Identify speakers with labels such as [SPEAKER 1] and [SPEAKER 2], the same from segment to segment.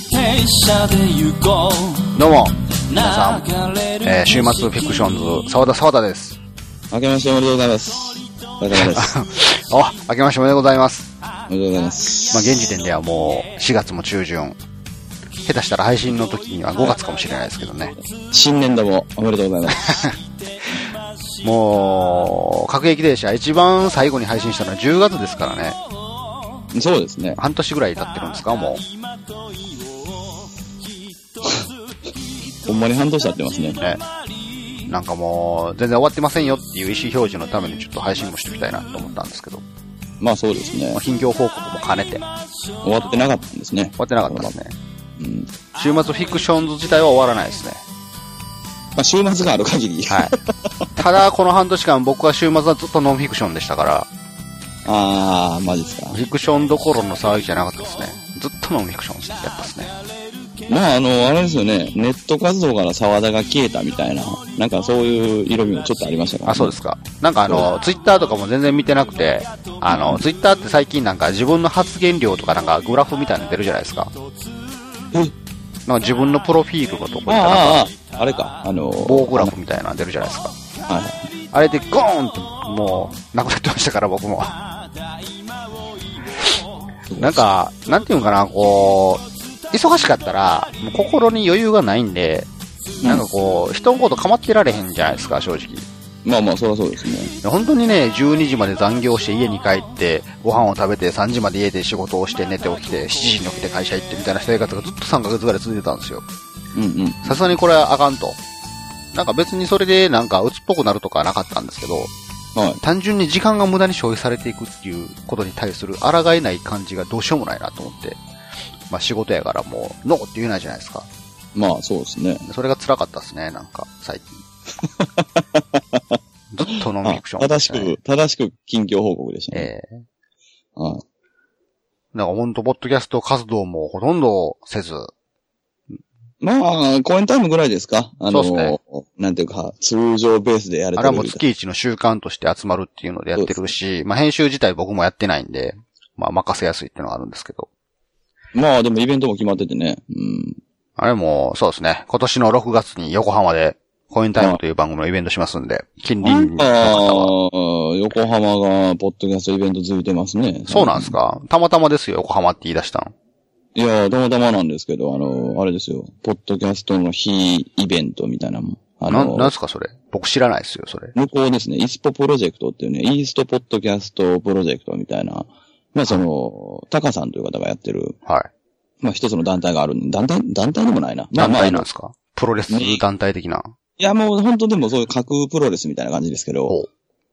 [SPEAKER 1] 車で行こう
[SPEAKER 2] どうも、
[SPEAKER 1] 皆
[SPEAKER 2] さんえー、週末フィクションズ、沢田沢田です。
[SPEAKER 3] 明けましておめでとうございます。おめでとうございます。
[SPEAKER 2] あ、明けましておめでとうございます。
[SPEAKER 3] おめでとうございます。
[SPEAKER 2] まあ、現時点ではもう、4月も中旬。下手したら配信の時には5月かもしれないですけどね。
[SPEAKER 3] 新年度もおめでとうございます。
[SPEAKER 2] もう、各駅停車一番最後に配信したのは10月ですからね。
[SPEAKER 3] そうですね。
[SPEAKER 2] 半年ぐらい経ってるんですか、も
[SPEAKER 3] ほんまに半年経ってますね。
[SPEAKER 2] う。ね。なんかもう、全然終わってませんよっていう意思表示のためにちょっと配信もしておきたいなと思ったんですけど、
[SPEAKER 3] まあそうですね
[SPEAKER 2] まあ。近況報告も兼ねて、終
[SPEAKER 3] 終わってなかったんですね。
[SPEAKER 2] わってなかったですね。
[SPEAKER 3] うん。
[SPEAKER 2] 週末フィクションズ自体は終わらないですね。
[SPEAKER 3] まあ週末がある限り。
[SPEAKER 2] はい。ただ、この半年間僕は週末はずっとノンフィクションでしたから、
[SPEAKER 3] あー、マジっすか
[SPEAKER 2] フ。ィクションどころの騒ぎじゃなかったですね。ずっとノンフィクションやったですね。
[SPEAKER 3] まああの、あれですよね。ネット活動から沢田が消えたみたいな、なんかそういう色味もちょっとありましたから、
[SPEAKER 2] あ、そうですか。なんかあの、ツイッターとかも全然見てなくて、あの、ツイッターって最近なんか自分の発言量とかなんかグラフみたいなの出るじゃないですか。
[SPEAKER 3] え
[SPEAKER 2] なんか自分のプロフィールのとこになんか
[SPEAKER 3] あーあー、あーあれか。あの、
[SPEAKER 2] 棒グラフみたいなの出るじゃないですか。
[SPEAKER 3] はい。
[SPEAKER 2] あれでゴーンってもう、なくなってましたから僕も。なんか、なんていうのかな、こう、忙しかったら、もう心に余裕がないんで、なんかこう、人のこと構ってられへんじゃないですか、正直。
[SPEAKER 3] まあまあ、そりゃそうですね。
[SPEAKER 2] 本当にね、12時まで残業して家に帰って、ご飯を食べて、3時まで家で仕事をして、寝て起きて、7時に起きて会社行ってみたいな生活がずっと3ヶ月ぐらい続いてたんですよ。
[SPEAKER 3] うんうん。
[SPEAKER 2] さすがにこれはあかんと。なんか別にそれでなんか鬱っぽくなるとかはなかったんですけど、
[SPEAKER 3] はい。
[SPEAKER 2] 単純に時間が無駄に消費されていくっていうことに対する抗えない感じがどうしようもないなと思って、まあ仕事やからもう、ノーって言えないじゃないですか。
[SPEAKER 3] まあ、そうですね。
[SPEAKER 2] それが辛かったですね、なんか、最 近。ずっとノンフィ
[SPEAKER 3] あ
[SPEAKER 2] クション、
[SPEAKER 3] 正しく、正しく近況報告でしたね。
[SPEAKER 2] ええ
[SPEAKER 3] はい
[SPEAKER 2] なんかほんと、ポッドキャスト活動もほとんどせず、
[SPEAKER 3] まあ、公演タイムぐらいですかあの、
[SPEAKER 2] そうっすね
[SPEAKER 3] なんていうか、通常ベースでやれ
[SPEAKER 2] あ
[SPEAKER 3] て
[SPEAKER 2] れ
[SPEAKER 3] る
[SPEAKER 2] はもう月一の習慣として集まるっていうのでやってるし、まあ編集自体僕もやってないんで、まあ任せやすいっていうのがあるんですけど。
[SPEAKER 3] まあ、でもイベントも決まっててね。うん。
[SPEAKER 2] あれも、そうですね。今年の6月に横浜で、コインタイムという番組のイベントしますんで、近隣の方は。
[SPEAKER 3] ああ、横浜が、ポッドキャストイベント続いてますね。
[SPEAKER 2] そうなんですかたまたまですよ、横浜って言い出したの。
[SPEAKER 3] いや、たまたまなんですけど、あの、あれですよ。ポッドキャストの非イベントみたいなもん。あ
[SPEAKER 2] な
[SPEAKER 3] の
[SPEAKER 2] ん、、なんすかそれ。僕知らないですよ、それ。
[SPEAKER 3] 向こうですね、イスポプロジェクトっていうね、イーストポッドキャストプロジェクトみたいな、まあその、タカさんという方がやってる、
[SPEAKER 2] はい。
[SPEAKER 3] まあ一つの団体があるんで、団体、団体でもないな。まあ
[SPEAKER 2] 団
[SPEAKER 3] まあ
[SPEAKER 2] 体なんですかプロレス団体的な。
[SPEAKER 3] いや、もう本当でもそういう架空プロレスみたいな感じですけ
[SPEAKER 2] ほ
[SPEAKER 3] ど。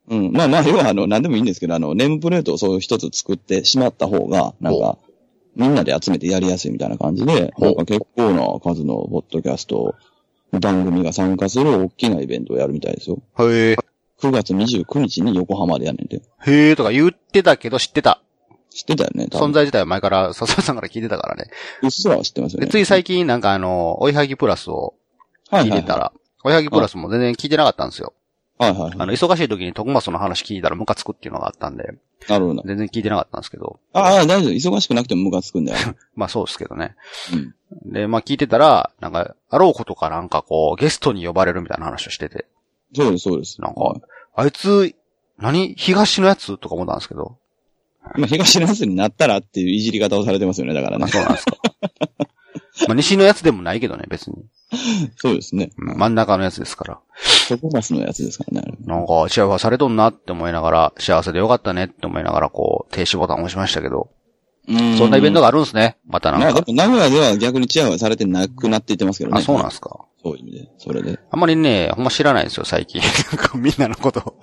[SPEAKER 3] うん。まあまあ、要はあの、何でもいいんですけど、あの、ネームプレートをそういう一つ作ってしまった方が、なんか、みんなで集めてやりやすいみたいな感じで、
[SPEAKER 2] ほう
[SPEAKER 3] なんか結構な数のポッドキャスト、番組が参加する大きなイベントをやるみたいですよ。
[SPEAKER 2] へえ。
[SPEAKER 3] 9月29日に横浜でやんねんて。
[SPEAKER 2] へえとか言ってたけど知ってた。
[SPEAKER 3] 知ってたよね、多
[SPEAKER 2] 存
[SPEAKER 3] 分。
[SPEAKER 2] 在自体は前から、笹田さんから聞いてたからね。
[SPEAKER 3] うっすらは知ってますよ
[SPEAKER 2] で、
[SPEAKER 3] ね。
[SPEAKER 2] つい最近なんかあの、追いはぎプラスを
[SPEAKER 3] はい
[SPEAKER 2] 聞い
[SPEAKER 3] は
[SPEAKER 2] て
[SPEAKER 3] い
[SPEAKER 2] た
[SPEAKER 3] は
[SPEAKER 2] ら、追いはぎプラスも全然聞いてなかったんですよ。
[SPEAKER 3] い。はいはい
[SPEAKER 2] あ
[SPEAKER 3] は
[SPEAKER 2] の、忙しい時に徳松の話聞いたらムカつくっていうのがあったんで、
[SPEAKER 3] い。なるほどな。
[SPEAKER 2] 全然聞いてなかったんですけど、
[SPEAKER 3] ああ、大丈夫。忙しくなくてもムカつくんだよ。
[SPEAKER 2] まあそうですけどね。
[SPEAKER 3] うん。
[SPEAKER 2] で、まあ聞いてたら、なんか、あろうことかなんかこう、ゲストに呼ばれるみたいな話をしてて、
[SPEAKER 3] そうです、そうです。
[SPEAKER 2] なんか
[SPEAKER 3] はい
[SPEAKER 2] あいつ、何東のやつとか思ったんですけど。
[SPEAKER 3] まあ、東のやつになったらっていういじり方をされてますよね、だから
[SPEAKER 2] まあ
[SPEAKER 3] ね。
[SPEAKER 2] そうなん ですか。まあ西のやつでもないけどね、別に。
[SPEAKER 3] そうですね。
[SPEAKER 2] うん真ん中のやつですから。
[SPEAKER 3] トコマスのやつですからね。あれ
[SPEAKER 2] なんか、幸せされとんなって思いながら、幸せでよかったねって思いながら、こう、停止ボタンを押しましたけど、そんなイベント
[SPEAKER 3] が
[SPEAKER 2] があるんですね。またな
[SPEAKER 3] まあ、
[SPEAKER 2] ん
[SPEAKER 3] で
[SPEAKER 2] か。
[SPEAKER 3] も名古屋では逆にチヤホヤされてなくなっていってますけどね。
[SPEAKER 2] あ、そうなん
[SPEAKER 3] ん
[SPEAKER 2] ですか。
[SPEAKER 3] そういう意味で。それで。
[SPEAKER 2] あんまりね、ほんま知らないんですよ、最近。 なんかみんなのこと。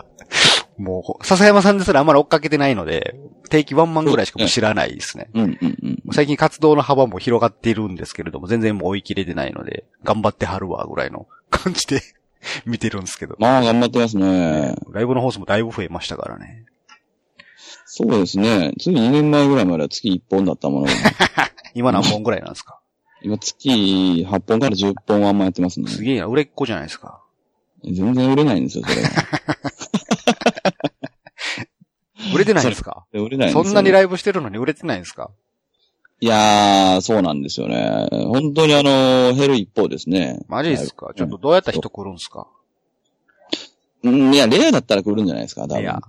[SPEAKER 2] もう、笹山さんですらあんまり追っかけてないので、定期ワンマンぐらいしかもう知らないですね。
[SPEAKER 3] うんうんうん。
[SPEAKER 2] 最近活動の幅も広がっているんですけれども、全然もう追い切れてないので、頑張ってはるわ、ぐらいの感じで 見てるんですけど。
[SPEAKER 3] まあ、頑張ってますね。
[SPEAKER 2] ライブの放送もだいぶ増えましたからね。
[SPEAKER 3] そうですね。つい2年前ぐらいまでは月1本だった ものが、
[SPEAKER 2] 今何本ぐらいなんです か
[SPEAKER 3] 今月8本から10本はあんまやってますね。
[SPEAKER 2] すげえな、売れっ子じゃないですか。
[SPEAKER 3] 全然売れないんですよ、それが。
[SPEAKER 2] 売れてないんですか
[SPEAKER 3] で売れないんです
[SPEAKER 2] そ
[SPEAKER 3] よ
[SPEAKER 2] んなにライブしてるのに売れてないんですか
[SPEAKER 3] いやー、そうなんですよね。本当にあの、減る一方ですね。
[SPEAKER 2] マジっすかちょっとどうやったら人来るんすか
[SPEAKER 3] うん、いや、レアだったら来るんじゃないですか、多分。
[SPEAKER 2] レア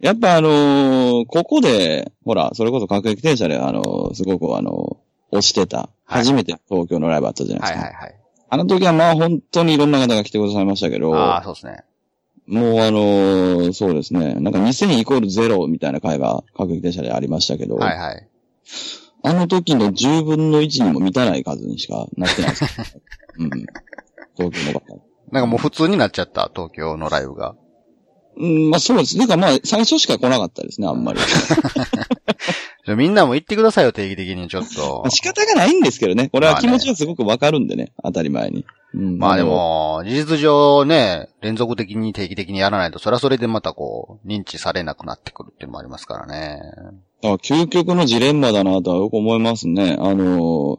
[SPEAKER 3] やっぱあのーここで、ほら、それこそ各駅停車で、あのーすごくあのー押してた、
[SPEAKER 2] はい
[SPEAKER 3] 初めて東京のライブあったじゃないで
[SPEAKER 2] は
[SPEAKER 3] す
[SPEAKER 2] い
[SPEAKER 3] か。
[SPEAKER 2] はいはい。
[SPEAKER 3] あの時はまあ本当にいろんな方が来てくださいましたけど、もう
[SPEAKER 2] ああ、
[SPEAKER 3] あ
[SPEAKER 2] そうですね。
[SPEAKER 3] のーそうですね、なんか2000イコールゼロみたいな会が各駅停車でありましたけど、
[SPEAKER 2] はいはい。
[SPEAKER 3] あの時の10分の1にも満たない数にしかなってないです けどうん。東京の方。
[SPEAKER 2] なんかもう普通になっちゃった、東京のライブが。
[SPEAKER 3] うん、まあそうです。なんかまあ最初しか来なかったですね、あんまり。
[SPEAKER 2] じゃあみんなも行ってくださいよ、定期的にちょっと
[SPEAKER 3] まあ、。仕方がないんですけどね。これは気持ちがすごくわかるんでね、当たり前に。うん
[SPEAKER 2] まあで。も、事実上ね、連続的に定期的にやらないと、それはそれでまたこう、認知されなくなってくるっていうのもありますからね。
[SPEAKER 3] だから究極のジレンマだなとはよく思いますね。あのー、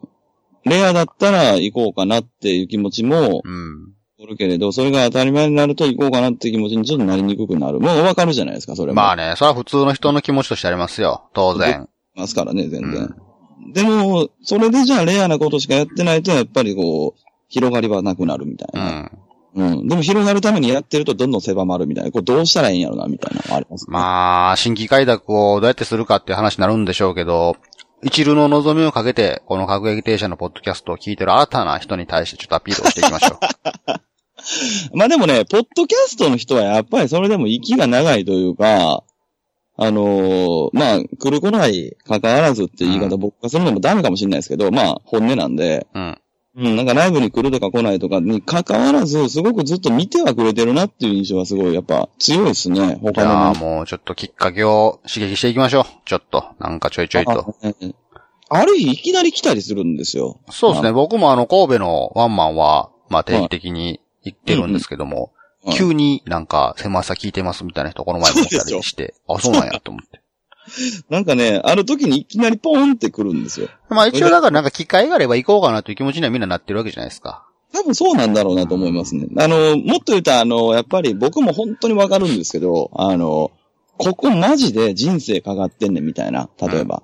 [SPEAKER 3] レアだったら行こうかなっていう気持ちも
[SPEAKER 2] うん。
[SPEAKER 3] おるけれど、それが当たり前になると行こうかなっていう気持ちにちょっとなりにくくなる。もうわかるじゃないですか、それも。
[SPEAKER 2] まあ
[SPEAKER 3] あ
[SPEAKER 2] ね、それは普通の人の気持ちとしてありますよ、当然。
[SPEAKER 3] りますからね、全
[SPEAKER 2] う
[SPEAKER 3] 然
[SPEAKER 2] ん。。
[SPEAKER 3] でも、それでじゃあレアなことしかやってないと、やっぱりこう、広がりはなくなるみたいうな。
[SPEAKER 2] ん。
[SPEAKER 3] うん。でも広がるためにやってるとどんどん狭まるみたいな。これどうしたらいいんやろな、みたいなのがありますね。
[SPEAKER 2] まあ、新規開拓をどうやってするかっていう話になるんでしょうけど、一流の望みをかけて、この各駅停車のポッドキャストを聞いてる新たな人に対してちょっとアピールをしていきましょう。
[SPEAKER 3] まあでもね、ポッドキャストの人はやっぱりそれでも息が長いというか、あのーまあ、来る来ない関わらずっていう言い方、僕がするのもダメかもしれないですけど、まあ、本音なんで、
[SPEAKER 2] うん。
[SPEAKER 3] うん、なんかライブに来るとか来ないとかに関わらず、すごくずっと見てはくれてるなっていう印象はすごい、やっぱ強いです
[SPEAKER 2] じ
[SPEAKER 3] ね、他
[SPEAKER 2] ゃあ
[SPEAKER 3] の
[SPEAKER 2] もうちょっときっかけを刺激していきましょう。ちょっと、なんかちょいちょいと。
[SPEAKER 3] あねある日いきなり来たりするんですよ。
[SPEAKER 2] そうです
[SPEAKER 3] あ
[SPEAKER 2] ね、僕もあの神戸のワンマンは、まあ定期的に行ってるんですけども、
[SPEAKER 3] うんうん
[SPEAKER 2] 急になんか狭さ聞いてますみたいな人この前も来たりして、あ、 そうなんやと思って。
[SPEAKER 3] なんかね、ある時にいきなりポーンって来るんですよ。
[SPEAKER 2] まあ一応だからなんか機会があれば行こうかなという気持ちにはみんななってるわけじゃないですか。
[SPEAKER 3] 多分そうなんだろうなと思いますね。あの、もっと言うと、あの、やっぱり僕も本当にわかるんですけど、あの、ここマジで人生かかってんねんみたいな、例えば。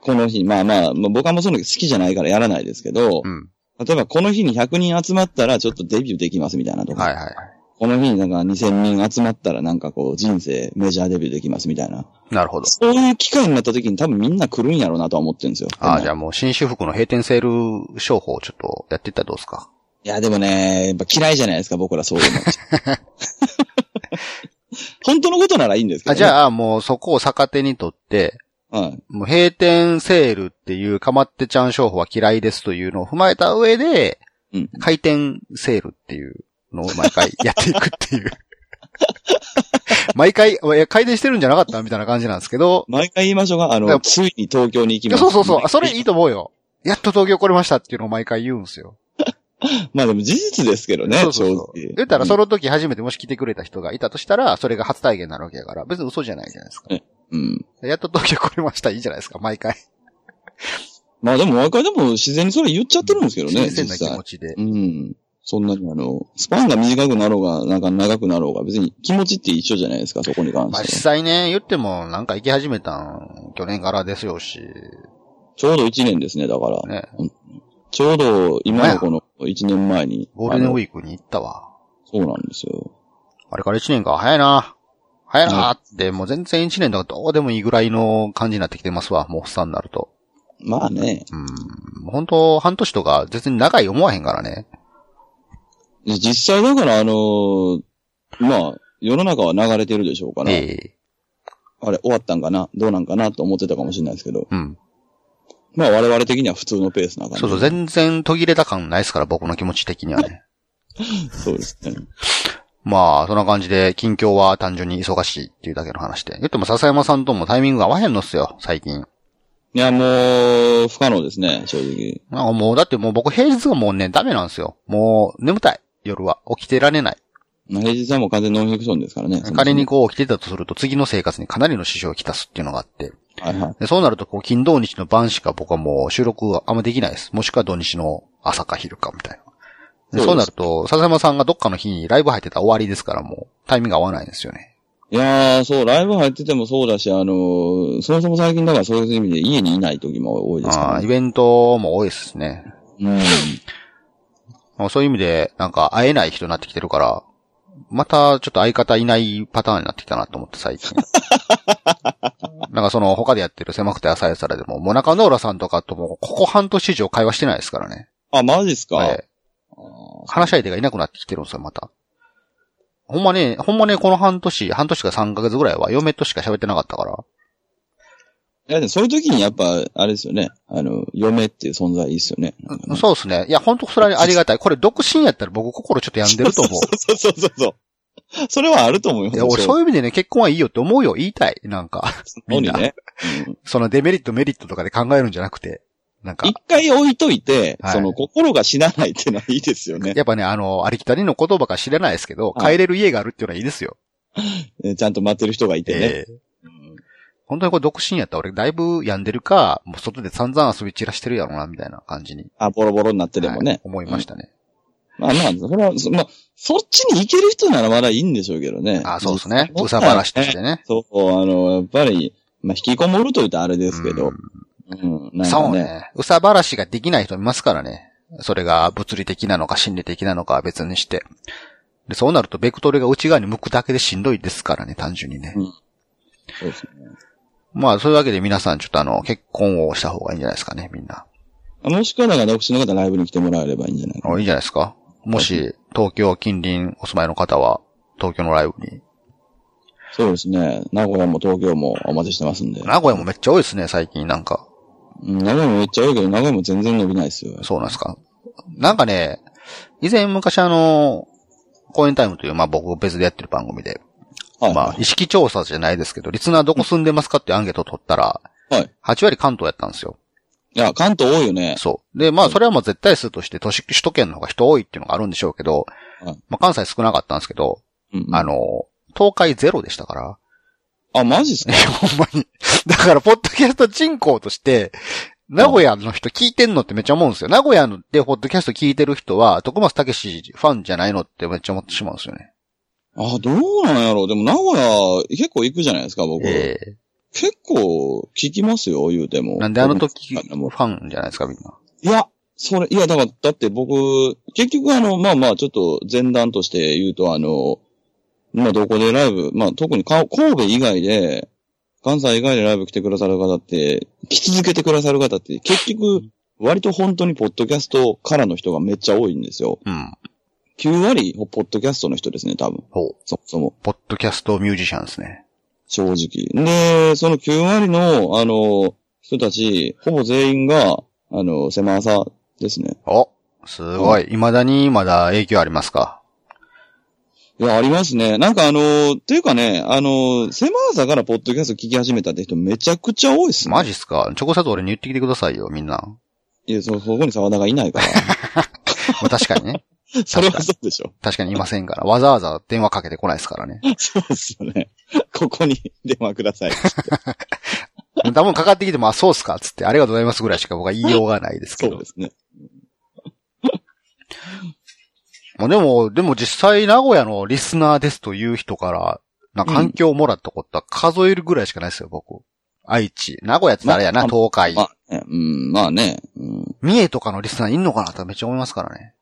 [SPEAKER 3] この日、まあまあ、まあ僕はもうその時好きじゃないからやらないですけど
[SPEAKER 2] う、ん。
[SPEAKER 3] 例えばこの日に100人集まったらちょっとデビューできますみたいなとか、
[SPEAKER 2] はいはい。
[SPEAKER 3] この日になんか2000人集まったらなんかこう人生メジャーデビューできますみたいな。
[SPEAKER 2] なるほど。
[SPEAKER 3] そういう機会になった時に多分みんな来るんやろうなとは思ってるんですよ。
[SPEAKER 2] ああ、じゃあもう新修復の閉店セール商法をちょっとやっていったらどうですか
[SPEAKER 3] いや、でもね、やっぱ嫌いじゃないですか、僕らそうい うの。本当のことならいいんですけど、
[SPEAKER 2] あ
[SPEAKER 3] ね。
[SPEAKER 2] じゃあもうそこを逆手にとって、
[SPEAKER 3] あ。はい。
[SPEAKER 2] もう閉店セールっていうかまってちゃん商法は嫌いですというのを踏まえた上で、
[SPEAKER 3] うん。
[SPEAKER 2] 回転セールっていうのを毎回やっていくっていう。 毎回、いや回転してるんじゃなかったみたいな感じなんですけど、
[SPEAKER 3] 毎回言いましょうか。あ
[SPEAKER 2] だか
[SPEAKER 3] の、
[SPEAKER 2] ら
[SPEAKER 3] ついに東京に行き
[SPEAKER 2] い
[SPEAKER 3] ま
[SPEAKER 2] や
[SPEAKER 3] す。
[SPEAKER 2] そうそうそう、あそれいいと思うよ。やっと東京来れましたっていうのを毎回言うんですよ。
[SPEAKER 3] まあでも事実ですけどね、
[SPEAKER 2] そうそうそう
[SPEAKER 3] 正直。
[SPEAKER 2] 言ったら、そ
[SPEAKER 3] れ、
[SPEAKER 2] の時初めてもし来てくれた人がいたとしたら、それが初体験になるわけだから、別に嘘じゃないじゃないですか。
[SPEAKER 3] うん。
[SPEAKER 2] やっと東京来れました、いいじゃないですか、毎回。
[SPEAKER 3] まあでも、毎回でも自然にそれ言っちゃってるんですけどね、
[SPEAKER 2] 新鮮な気
[SPEAKER 3] 実際
[SPEAKER 2] 持。ちで。
[SPEAKER 3] うん。そんなにあの、スパンが短くなろうが、なんか長くなろうが、別に気持ちって一緒じゃないですか、そこに関
[SPEAKER 2] まあ
[SPEAKER 3] して
[SPEAKER 2] 実
[SPEAKER 3] は。
[SPEAKER 2] 際ね、言ってもなんか行き始めたん、去年からですよし。
[SPEAKER 3] ちょうど1年ですね、だから。
[SPEAKER 2] ね
[SPEAKER 3] うんちょうど今のこの1年前に。
[SPEAKER 2] ゴールデンウ
[SPEAKER 3] ィーク。
[SPEAKER 2] ィークに行ったわ。
[SPEAKER 3] そうなんですよ。
[SPEAKER 2] あれから1年か、早いな。早いなーって、もう全然1年だとどうでもいいぐらいの感じになってきてますわ、もうおっさんになると。
[SPEAKER 3] まあね、
[SPEAKER 2] うん。本当半年とか、別に長い思わへんからね。
[SPEAKER 3] 実際だからあのーまあ、世の中は流れてるでしょうから、
[SPEAKER 2] ええ
[SPEAKER 3] あれ終わったんかなどうなんかなと思ってたかもしれないですけど、
[SPEAKER 2] うん。
[SPEAKER 3] まあ我々的には普通のペースな感じ。
[SPEAKER 2] そうそう、全然途切れた感ないですから、僕の気持ち的にはね。
[SPEAKER 3] そうですね。
[SPEAKER 2] まあ、そんな感じで、近況は単純に忙しいっていうだけの話で。言っても、笹山さんともタイミングが合わへんのっすよ、最近。
[SPEAKER 3] いや、もう、不可能ですね、正直。
[SPEAKER 2] なんかもう、だってもう僕平日がもうね、ダメなんですよ。もう、眠たい。夜は。起きてられない。
[SPEAKER 3] まあ平日はもう完全ノンフィクションですからね。
[SPEAKER 2] 仮にこう起きてたとすると、次の生活にかなりの支障をきたすっていうのがあって。
[SPEAKER 3] はいはい。
[SPEAKER 2] でそうなると、こう、金土日の晩しか僕はもう収録はあんまできないです。もしくは土日の朝か昼かみたいな。で
[SPEAKER 3] そうです
[SPEAKER 2] そうなると、笹山さんがどっかの日にライブ入ってたら終わりですから、もう、タイミングが合わないんですよね。
[SPEAKER 3] いやー、そう、ライブ入っててもそうだし、あのーそもそも最近だからそういう意味で家にいない時も多いです
[SPEAKER 2] あ
[SPEAKER 3] か
[SPEAKER 2] あ、
[SPEAKER 3] ら、
[SPEAKER 2] イ
[SPEAKER 3] ね。
[SPEAKER 2] ベントも多いですね。
[SPEAKER 3] うん。
[SPEAKER 2] まあそういう意味で、なんか会えない人になってきてるから、またちょっと相方いないパターンになってきたなと思って最 近。なんかその他でやってる狭くて浅いやつらでも、もう中野浦さんとかともここ半年以上会話してないですからね。
[SPEAKER 3] あ、マジっすか、
[SPEAKER 2] はい。
[SPEAKER 3] あー
[SPEAKER 2] 話し相手がいなくなってきてるんですよ、また。ほんまね、ほんまね、この半年、半年か3ヶ月ぐらいは嫁としか喋ってなかったから。
[SPEAKER 3] いや、でもそういう時にやっぱ、あれですよね。あの、嫁っていう存在いいですよね。
[SPEAKER 2] そうですね。いや、本当それはありがたい。これ独身やったら僕心ちょっと病んでると思う。
[SPEAKER 3] そうそうそうそう。それはあると思います
[SPEAKER 2] い
[SPEAKER 3] よ。
[SPEAKER 2] や、俺
[SPEAKER 3] 正
[SPEAKER 2] そういう意味でね、結婚はいいよって思うよ。言いたい。なんか、
[SPEAKER 3] 直にね。
[SPEAKER 2] そのデメリット、メリットとかで考えるんじゃなくて。なんか
[SPEAKER 3] 一、回置いといて、
[SPEAKER 2] はい
[SPEAKER 3] その心が死なないっていうのはいいですよね。
[SPEAKER 2] やっぱね、あの、ありきたりの言葉か知らないですけど、
[SPEAKER 3] はい
[SPEAKER 2] 帰れる家があるっていうのはいいですよ。
[SPEAKER 3] えちゃんと待ってる人がいてね。
[SPEAKER 2] ええ本当にこれ独身やったら俺だいぶ病んでるか、もう外で散々遊び散らしてるやろな、みたいな感じに。
[SPEAKER 3] あ、ボロボロになってでも
[SPEAKER 2] はい
[SPEAKER 3] ね。
[SPEAKER 2] 思いましたね。
[SPEAKER 3] まあまあ、それは、そまあ、そっちに行ける人ならまだいいんでしょうけどね。
[SPEAKER 2] あ、そうですね。
[SPEAKER 3] 実
[SPEAKER 2] う
[SPEAKER 3] 際
[SPEAKER 2] さ
[SPEAKER 3] もった
[SPEAKER 2] ば
[SPEAKER 3] い
[SPEAKER 2] らしとしてね。
[SPEAKER 3] そう、あの、やっぱり、まあ、引きこもると言ったらあれですけど。うん、なん
[SPEAKER 2] そ
[SPEAKER 3] か
[SPEAKER 2] う
[SPEAKER 3] ね。
[SPEAKER 2] ね。うさばらしができない人いますからね。それが物理的なのか心理的なのかは別にして。で、そうなるとベクトルが内側に向くだけでしんどいですからね、単純にね。
[SPEAKER 3] うんそうですね
[SPEAKER 2] まあ、そういうわけで皆さんちょっとあの、結婚をした方がいいんじゃないですかね、みんな。
[SPEAKER 3] もしくは、だから、独身の方ライブに来てもらえればいいんじゃないか
[SPEAKER 2] あいいんじゃないですかもし、東京近隣お住まいの方は、東京のライブに。
[SPEAKER 3] そうですね。名古屋も東京もお待ちしてますんで。
[SPEAKER 2] 名古屋もめっちゃ多いですね、最近なんか。
[SPEAKER 3] うん名古屋もめっちゃ多いけど、名古屋も全然伸びないですよ。
[SPEAKER 2] そうなんですか。なんかね、以前昔あの、公演タイムという、まあ僕別でやってる番組で、
[SPEAKER 3] はい。
[SPEAKER 2] まあ、意識調査じゃないですけど、リスナーどこ住んでますかってアンケート取ったら、
[SPEAKER 3] はい。
[SPEAKER 2] 8割関東やったんですよ。
[SPEAKER 3] いや、関東多いよね。
[SPEAKER 2] そう。で、まあ、それはもう絶対数として都市、首都圏の方が人多いっていうのがあるんでしょうけど
[SPEAKER 3] はい、
[SPEAKER 2] まあ、関西少なかったんですけど、
[SPEAKER 3] うん
[SPEAKER 2] あ。の、東海ゼロでしたから、
[SPEAKER 3] あ、マジっすか
[SPEAKER 2] いやほんまに。だから、ポッドキャスト人口として、名古屋の人聞いてんのってめっちゃ思うんですよ。名古屋でポッドキャスト聞いてる人は、徳松武史ファンじゃないのってめっちゃ思ってしまうんですよね。
[SPEAKER 3] あ、どうなんやろう。でも名古屋結構行くじゃないですか、僕。
[SPEAKER 2] ええ
[SPEAKER 3] 結構聞きますよ、言うても。
[SPEAKER 2] なんであの時、フ
[SPEAKER 3] 僕も
[SPEAKER 2] ァンじゃないですか、みんな。
[SPEAKER 3] いや、それ、いや、だから、だって僕、結局あの、まあまあ、ちょっと前段として言うと、あの、まあどこでライブ、まあ特にか神戸以外で、関西以外でライブ来てくださる方って、来続けてくださる方って、結局、割と本当にポッドキャストからの人がめっちゃ多いんですよ。
[SPEAKER 2] うん。
[SPEAKER 3] 9割、ポッドキャストの人ですね、多分。
[SPEAKER 2] ほう。
[SPEAKER 3] そもそも。
[SPEAKER 2] ポッドキャストミュージシャンですね。
[SPEAKER 3] 正直。で、その9割の、あの、人たち、ほぼ全員が、あの、狭さですね。
[SPEAKER 2] お、すごい。未だにまだ影響ありますか。
[SPEAKER 3] いや、ありますね。なんかあのー、っていうかね、あのー、狭さからポッドキャスト聞き始めたって人めちゃくちゃ多いっすね。
[SPEAKER 2] マジっすか直接俺に言ってきてくださいよ、みんな。
[SPEAKER 3] いや、そ、そこに沢田がいないから。
[SPEAKER 2] まあ、確かにね。
[SPEAKER 3] それはそうでしょ。
[SPEAKER 2] 確かにいませんから。わざわざ電話かけてこないですからね。
[SPEAKER 3] そうですよね。ここに電話ください。
[SPEAKER 2] 多分かかってきても、あ、そうっすかっつって、ありがとうございますぐらいしか僕は言いようがないですけ
[SPEAKER 3] そ
[SPEAKER 2] ど。
[SPEAKER 3] うですね。
[SPEAKER 2] まあでも、でも実際名古屋のリスナーですという人から、なんか反響をもらったことは数えるぐらいしかないですよ、僕。愛知。名古屋ってあれやな、
[SPEAKER 3] まあ
[SPEAKER 2] 東海。
[SPEAKER 3] まあね、うん、まあね、うん。
[SPEAKER 2] 三重とかのリスナーいんのかなってめっちゃ思いますからね。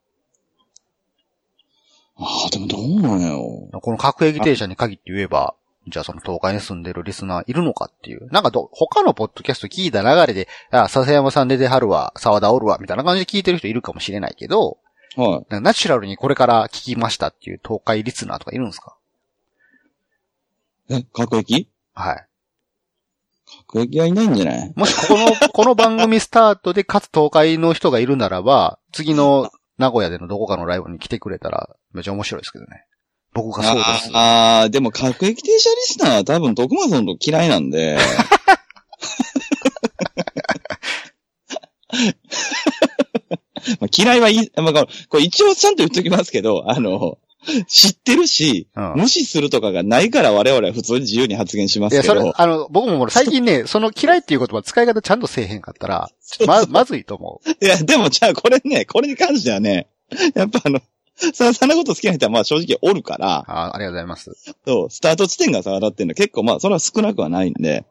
[SPEAKER 3] ああ、でもどうなんやろ
[SPEAKER 2] この各駅停車に限って言えば、じゃあその東海に住んでるリスナーいるのかっていう。なんかど、他のポッドキャスト聞いた流れで、あ、笹山さん出てはるわ、沢田おるわ、みたいな感じで聞いてる人いるかもしれないけど、
[SPEAKER 3] う。はい。
[SPEAKER 2] なんかナチュラルにこれから聞きましたっていう東海リスナーとかいるんですか
[SPEAKER 3] え、各駅
[SPEAKER 2] はい。
[SPEAKER 3] 各駅はいないんじゃない
[SPEAKER 2] もしこの、 この番組スタートでかつ東海の人がいるならば、次の名古屋でのどこかのライブに来てくれたら、めっちゃ面白いですけどね。僕がそうです。
[SPEAKER 3] ああー、でも各駅停車リスナーは多分徳松のこと嫌いなんで。まあ嫌いはいい、まあ、これこれ一応ちゃんと言っときますけど、あの、知ってるし、
[SPEAKER 2] うん
[SPEAKER 3] 無視するとかがないから我々は普通に自由に発言しま
[SPEAKER 2] い
[SPEAKER 3] す
[SPEAKER 2] や、
[SPEAKER 3] け
[SPEAKER 2] それ
[SPEAKER 3] ど、。
[SPEAKER 2] あの、僕もほら最近ね、その嫌いっていう言葉使い方ちゃんとせえへんかったら、ま、まずいと思う。
[SPEAKER 3] いや、でもじゃあこれね、これに関してはね、やっぱあの、さ、そんなこと好きな人はまあ正直おるから、
[SPEAKER 2] あありがとうございます。
[SPEAKER 3] そう、スタート地点が沢田っていうのは結構まあ、それは少なくはないんで、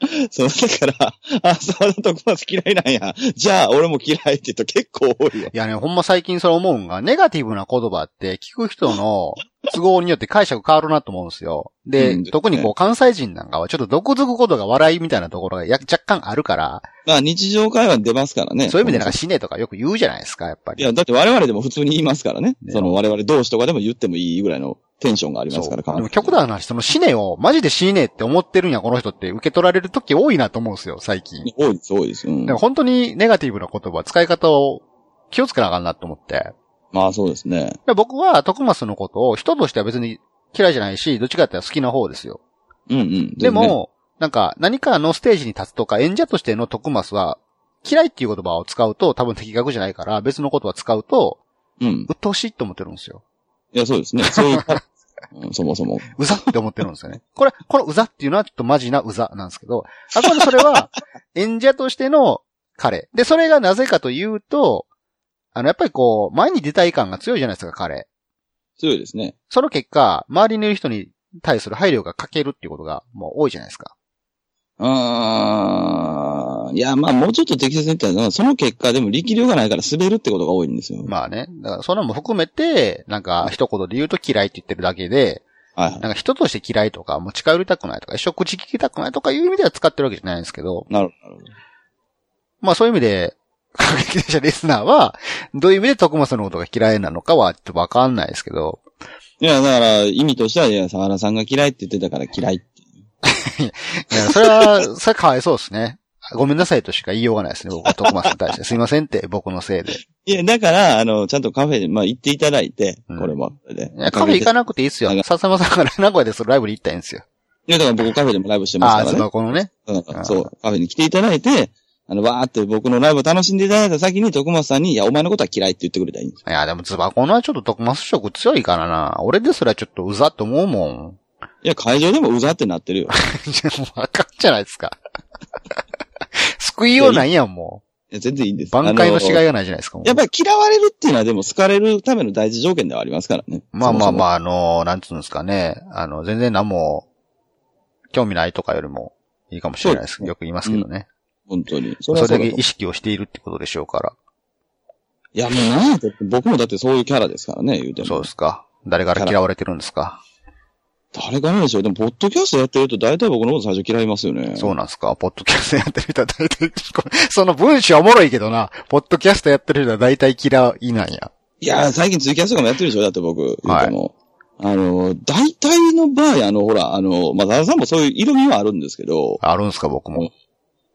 [SPEAKER 3] そう、だから、 あ、沢田徳松嫌いなんや。じゃあ、俺も嫌いって人結構多いよ。
[SPEAKER 2] いやね、ほんま最近それ思うんが、ネガティブな言葉って聞く人の都合によって解釈変わるなと思うんですよ。で、
[SPEAKER 3] うん
[SPEAKER 2] 特にこう関西人なんかはちょっと毒づくことが笑いみたいなところがや若干あるから、
[SPEAKER 3] まあ、日常会話に出ますからね。
[SPEAKER 2] そういう意味でなんか死ねとかよく言うじゃないですか、やっぱ
[SPEAKER 3] い
[SPEAKER 2] り。
[SPEAKER 3] や、だって我々でも普通に言いますからね。
[SPEAKER 2] ね
[SPEAKER 3] その我々同士とかでも言ってもいいぐらいのテンションがあります
[SPEAKER 2] そう。
[SPEAKER 3] から、
[SPEAKER 2] で
[SPEAKER 3] 彼女
[SPEAKER 2] も極端な話、その死ねをマジで死ねって思ってるんや、この人って受け取られる時多いなと思うんですよ、最近。
[SPEAKER 3] 多いです、多いです。うん
[SPEAKER 2] だから。本当にネガティブな言葉、使い方を気をつけなあかんなと思って。
[SPEAKER 3] まあ、そうですね。
[SPEAKER 2] で僕は徳松のことを人としては別に嫌いじゃないし、どっちかっていうと好きな方ですよ。
[SPEAKER 3] うんうん。
[SPEAKER 2] でも、なんか何かのステージに立つとか演者としての徳松は嫌いっていう言葉を使うと多分的確じゃないから別の言葉使うと
[SPEAKER 3] 全然ね、うん。
[SPEAKER 2] 鬱陶しいって思ってるんですよ。
[SPEAKER 3] いや、そうですね。そう いう、うんそもそも。
[SPEAKER 2] うざって思ってるんですよね。 これ、このうざっていうのはちょっとマジなうざなんですけど、あくまでそれは演者としての彼。で、それがなぜかというと、あの、やっぱりこう、前に出たい感が強いじゃないですか、彼。
[SPEAKER 3] 強いですね。
[SPEAKER 2] その結果、周りにいる人に対する配慮が欠けるっていうことがもう多いじゃないですか。
[SPEAKER 3] あーいや、まあ、もうちょっと適切に言ったら、その結果でも力量がないから滑るってことが多いんですよ。
[SPEAKER 2] まあね。だからそんなのも含めて、なんか一言で言うと嫌いって言ってるだけで、
[SPEAKER 3] はいはい。
[SPEAKER 2] なんか人として嫌いとか、もう近寄りたくないとか、一生口聞きたくないとかいう意味では使ってるわけじゃないんですけど、
[SPEAKER 3] なるほど。
[SPEAKER 2] まあそういう意味で、過激電車リスナーは、どういう意味で徳松のことが嫌いなのかはちょっとわかんないですけど、
[SPEAKER 3] いや、だから、意味としては、いや、沢田さんが嫌いって言ってたから嫌いって。
[SPEAKER 2] いやそれは、それかわいそうですね。ごめんなさいとしか言いようがないですね。僕は徳松に対して。すいませんって、僕のせいで。
[SPEAKER 3] いや、だから、あの、ちゃんとカフェで、まあ、行っていただいて、
[SPEAKER 2] うん
[SPEAKER 3] これも、これで
[SPEAKER 2] いやカフェ行かなくていいっすよ
[SPEAKER 3] なん。か
[SPEAKER 2] 笹山さんから名古屋でそのライブに行ったらいいんですよ。
[SPEAKER 3] いや、だから僕カフェでもライブしてます
[SPEAKER 2] ああー、
[SPEAKER 3] から
[SPEAKER 2] そ
[SPEAKER 3] ね
[SPEAKER 2] の、このね。
[SPEAKER 3] うん。そう、カフェに来ていただいて、あの、わーって僕のライブを楽しんでいただいた先に、徳松さんに、いや、お前のことは嫌いって言ってくれたらいいんです。
[SPEAKER 2] いや、でもズバコのはちょっと徳松色強いからな。俺ですらちょっとうざって思うもん。
[SPEAKER 3] いや、会場でもうざってなってるよ。
[SPEAKER 2] でもわかんじゃないですか。 救いようないやん、も
[SPEAKER 3] いや全然いいんです。
[SPEAKER 2] う。挽回のしが
[SPEAKER 3] あ
[SPEAKER 2] いがないじゃないですか。もう
[SPEAKER 3] やっぱり嫌われるっていうのはでも好かれるための大事条件ではありますからね。
[SPEAKER 2] まあまあま
[SPEAKER 3] あ。
[SPEAKER 2] あ、あの、なんつうんですかね。あの、全然何も、興味ないとかよりも、いいかもしれないで
[SPEAKER 3] そうです
[SPEAKER 2] す。
[SPEAKER 3] ね
[SPEAKER 2] よく言いますけどね。
[SPEAKER 3] 本当に。
[SPEAKER 2] そ
[SPEAKER 3] それは
[SPEAKER 2] れ
[SPEAKER 3] そ
[SPEAKER 2] だ
[SPEAKER 3] うだ
[SPEAKER 2] け
[SPEAKER 3] と思う
[SPEAKER 2] 意識をしているってことでしょうか
[SPEAKER 3] いやもうなんやって僕もだってそういうキャラですからね、言うて
[SPEAKER 2] ら。
[SPEAKER 3] も。
[SPEAKER 2] そうですか。誰から嫌われてるんですか
[SPEAKER 3] 誰かなんでしょう。でも、ポッドキャストやってると大体僕のこと最初嫌いますよね。
[SPEAKER 2] そうなんすかポッドキャストやってる人は大体、その文章おもろいけどな、ポッドキャストやってる人は大体嫌いなんや。
[SPEAKER 3] いやー、最近ツイキャスとかもやってるでしょだって僕、言うても。
[SPEAKER 2] はい
[SPEAKER 3] あのー、大体の場合、あの、ほら、あのー、まあ、ザラさんもそういう色味はあるんですけど、
[SPEAKER 2] あるんすか僕も。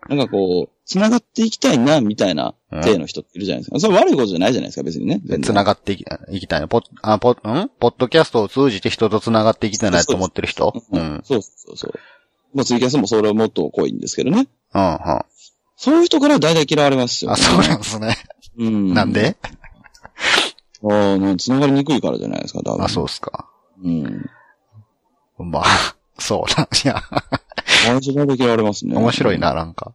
[SPEAKER 3] なんかこう、繋がっていきたいな、みたいな、
[SPEAKER 2] うん
[SPEAKER 3] 体の人っているじゃないですか。それ悪いことじゃないじゃないですか、別にね。
[SPEAKER 2] 繋
[SPEAKER 3] が
[SPEAKER 2] がっていきいきたいな。ポッ、あ、ポッ、んポッドキャストを通じて人と繋がっていきたいなと思ってる人う。
[SPEAKER 3] うん
[SPEAKER 2] うんん。、
[SPEAKER 3] そうそうそう。まあ、ツイキャスもそれはもっと濃いんですけど
[SPEAKER 2] う
[SPEAKER 3] ね。
[SPEAKER 2] ん。あ、
[SPEAKER 3] そういう人から大体嫌われますよ、ね。
[SPEAKER 2] そうなんですね。
[SPEAKER 3] うん。
[SPEAKER 2] なんで
[SPEAKER 3] ああ、なん繋がりにくいからじゃないですか、多分。
[SPEAKER 2] あ、そうっすか。
[SPEAKER 3] う。うん。
[SPEAKER 2] まあ、そうなんいや。
[SPEAKER 3] 私大体嫌われますね。
[SPEAKER 2] 面白いな、なんか。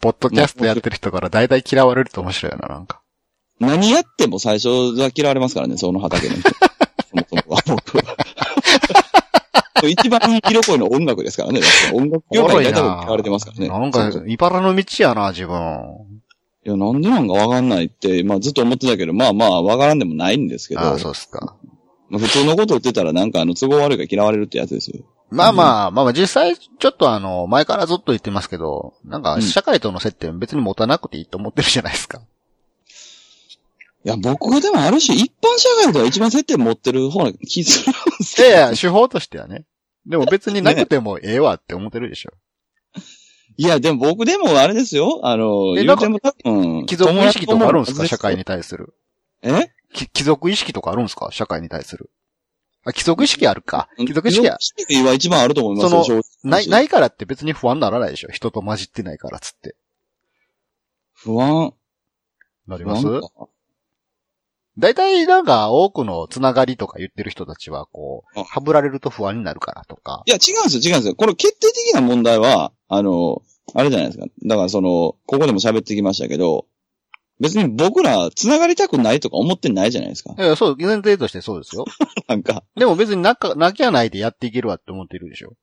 [SPEAKER 2] ポッドキャストやってる人から大体嫌われると面白いよな、なんか。
[SPEAKER 3] 何やっても最初は嫌われますからね、その畑の 人。そもそもは僕は 一番色濃いのは音楽ですからね。だって音楽
[SPEAKER 2] お
[SPEAKER 3] 業
[SPEAKER 2] もろ
[SPEAKER 3] 界
[SPEAKER 2] い
[SPEAKER 3] で多分
[SPEAKER 2] な。
[SPEAKER 3] 嫌われてますからね。
[SPEAKER 2] なん
[SPEAKER 3] そう
[SPEAKER 2] か
[SPEAKER 3] そう、
[SPEAKER 2] 茨の道やな、自分。
[SPEAKER 3] いや、なんでなんかわかんないって、まあずっと思ってたけど、まあまあわからんでもないんですけど、
[SPEAKER 2] ああ、そうっすか。
[SPEAKER 3] まあ、普通のこと言ってたらなんかあの都合悪いから嫌われるってやつですよ。
[SPEAKER 2] まあまあ、まあまあ、実際、ちょっとあの、前からずっと言ってますけど、なん
[SPEAKER 3] う
[SPEAKER 2] か、
[SPEAKER 3] ん
[SPEAKER 2] 社会との接点別に持たなくていいと思ってるじゃないですか。
[SPEAKER 3] いや、僕がでもある種一般社会では一番接点持ってる方な気するん です
[SPEAKER 2] い
[SPEAKER 3] けど。
[SPEAKER 2] やいや、手法としてはね。でも別になくてもええわって思ってるでしょ。
[SPEAKER 3] いや、でも僕でもあれですよ。あの、
[SPEAKER 2] え
[SPEAKER 3] 言うても多分、
[SPEAKER 2] 貴族意識とかあるんです
[SPEAKER 3] 友達と思うはず
[SPEAKER 2] か
[SPEAKER 3] で
[SPEAKER 2] 社会に対する。
[SPEAKER 3] え
[SPEAKER 2] き貴族意識とかあるんですか社会に対する。あ、貴族意識あるか。貴族意識は、
[SPEAKER 3] 貴族意識は一番あると思いますよ、
[SPEAKER 2] そ
[SPEAKER 3] 正直
[SPEAKER 2] ない、ないからって別に不安にならないでしょ人と混じってないからっつって。
[SPEAKER 3] 不安。
[SPEAKER 2] なり
[SPEAKER 3] 不
[SPEAKER 2] ま
[SPEAKER 3] 安
[SPEAKER 2] す
[SPEAKER 3] か
[SPEAKER 2] 大体なんか多くのつながりとか言ってる人たちはこう、
[SPEAKER 3] あ
[SPEAKER 2] はぶられると不安になるからとか。
[SPEAKER 3] いや、違うんですよ、違うんですよ。これ決定的な問題は、あの、あれじゃないですか。だからその、ここでも喋ってきましたけど、別に僕ら繋がりたくないとか思ってないじゃないですか。
[SPEAKER 2] いや、そう、前提としてそうですよ。
[SPEAKER 3] なんか。
[SPEAKER 2] でも別になか、なきゃないでやっていけるわって思ってるでしょ。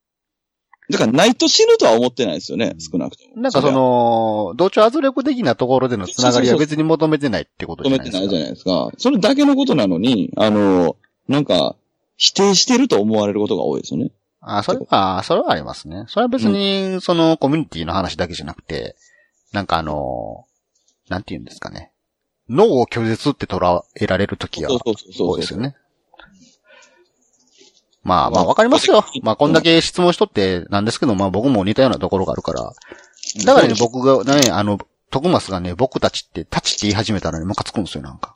[SPEAKER 3] だからないと死ぬとは思ってないですよね、少なくとも。
[SPEAKER 2] なんかその、同調圧力的なところでのつながりは別に求めてないってこと
[SPEAKER 3] そ
[SPEAKER 2] じ
[SPEAKER 3] れ
[SPEAKER 2] ゃ
[SPEAKER 3] は、
[SPEAKER 2] な
[SPEAKER 3] 求
[SPEAKER 2] い
[SPEAKER 3] め
[SPEAKER 2] で
[SPEAKER 3] て
[SPEAKER 2] す
[SPEAKER 3] な
[SPEAKER 2] か
[SPEAKER 3] いじゃ。ないですか。それだけのことなのに、あの、なんか、否定してると思われることが多いですよね。
[SPEAKER 2] あ、それは、それはありますね。それは別に、その、コミュニティの話だけじゃなくて、なんかあの、なんて言うんですかね。脳を拒絶って捉えられるときは
[SPEAKER 3] そう、そうそうそう。
[SPEAKER 2] そうですよね。まあまあわかりますよ。まあこんだけ質問しとってなんですけど、まあ僕も似たようなところがあるから。だからね、僕がね、あの、徳松がね、僕たちって、たちって言い始めたらね、ムカつくんですよ、なんか。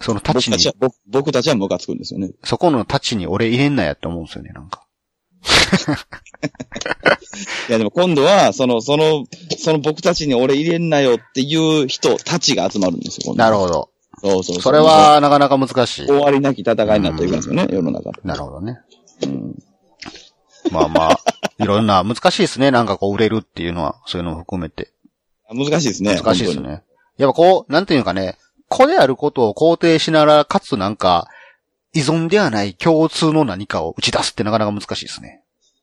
[SPEAKER 2] そのたち
[SPEAKER 3] 僕た
[SPEAKER 2] に
[SPEAKER 3] ちは、、僕僕たちはムカつくんですよね。
[SPEAKER 2] そこのたちに俺入れんなやって思うんですよね、なんか。
[SPEAKER 3] いやでも今度は、その、その、その僕たちに俺入れんなよっていう人たちが集まるんですよ。
[SPEAKER 2] なる
[SPEAKER 3] ほ
[SPEAKER 2] ほど。
[SPEAKER 3] ど。そうそうう
[SPEAKER 2] それ、はなかなか難しい
[SPEAKER 3] 終。わりなき戦いになっていくんですよね、世の中。
[SPEAKER 2] なるほどね。
[SPEAKER 3] うん
[SPEAKER 2] まあまあ、 いろんな、難しいですね、なんかこう売れるっていうのは、そういうのも含めて。
[SPEAKER 3] 難しいですね。
[SPEAKER 2] 難しいです
[SPEAKER 3] 本
[SPEAKER 2] ね。やっぱこう、なんていうかね、子であることを肯定しながら、かつなんか、依存ではない共通の何かを打ち出すってなかなか難しいですね。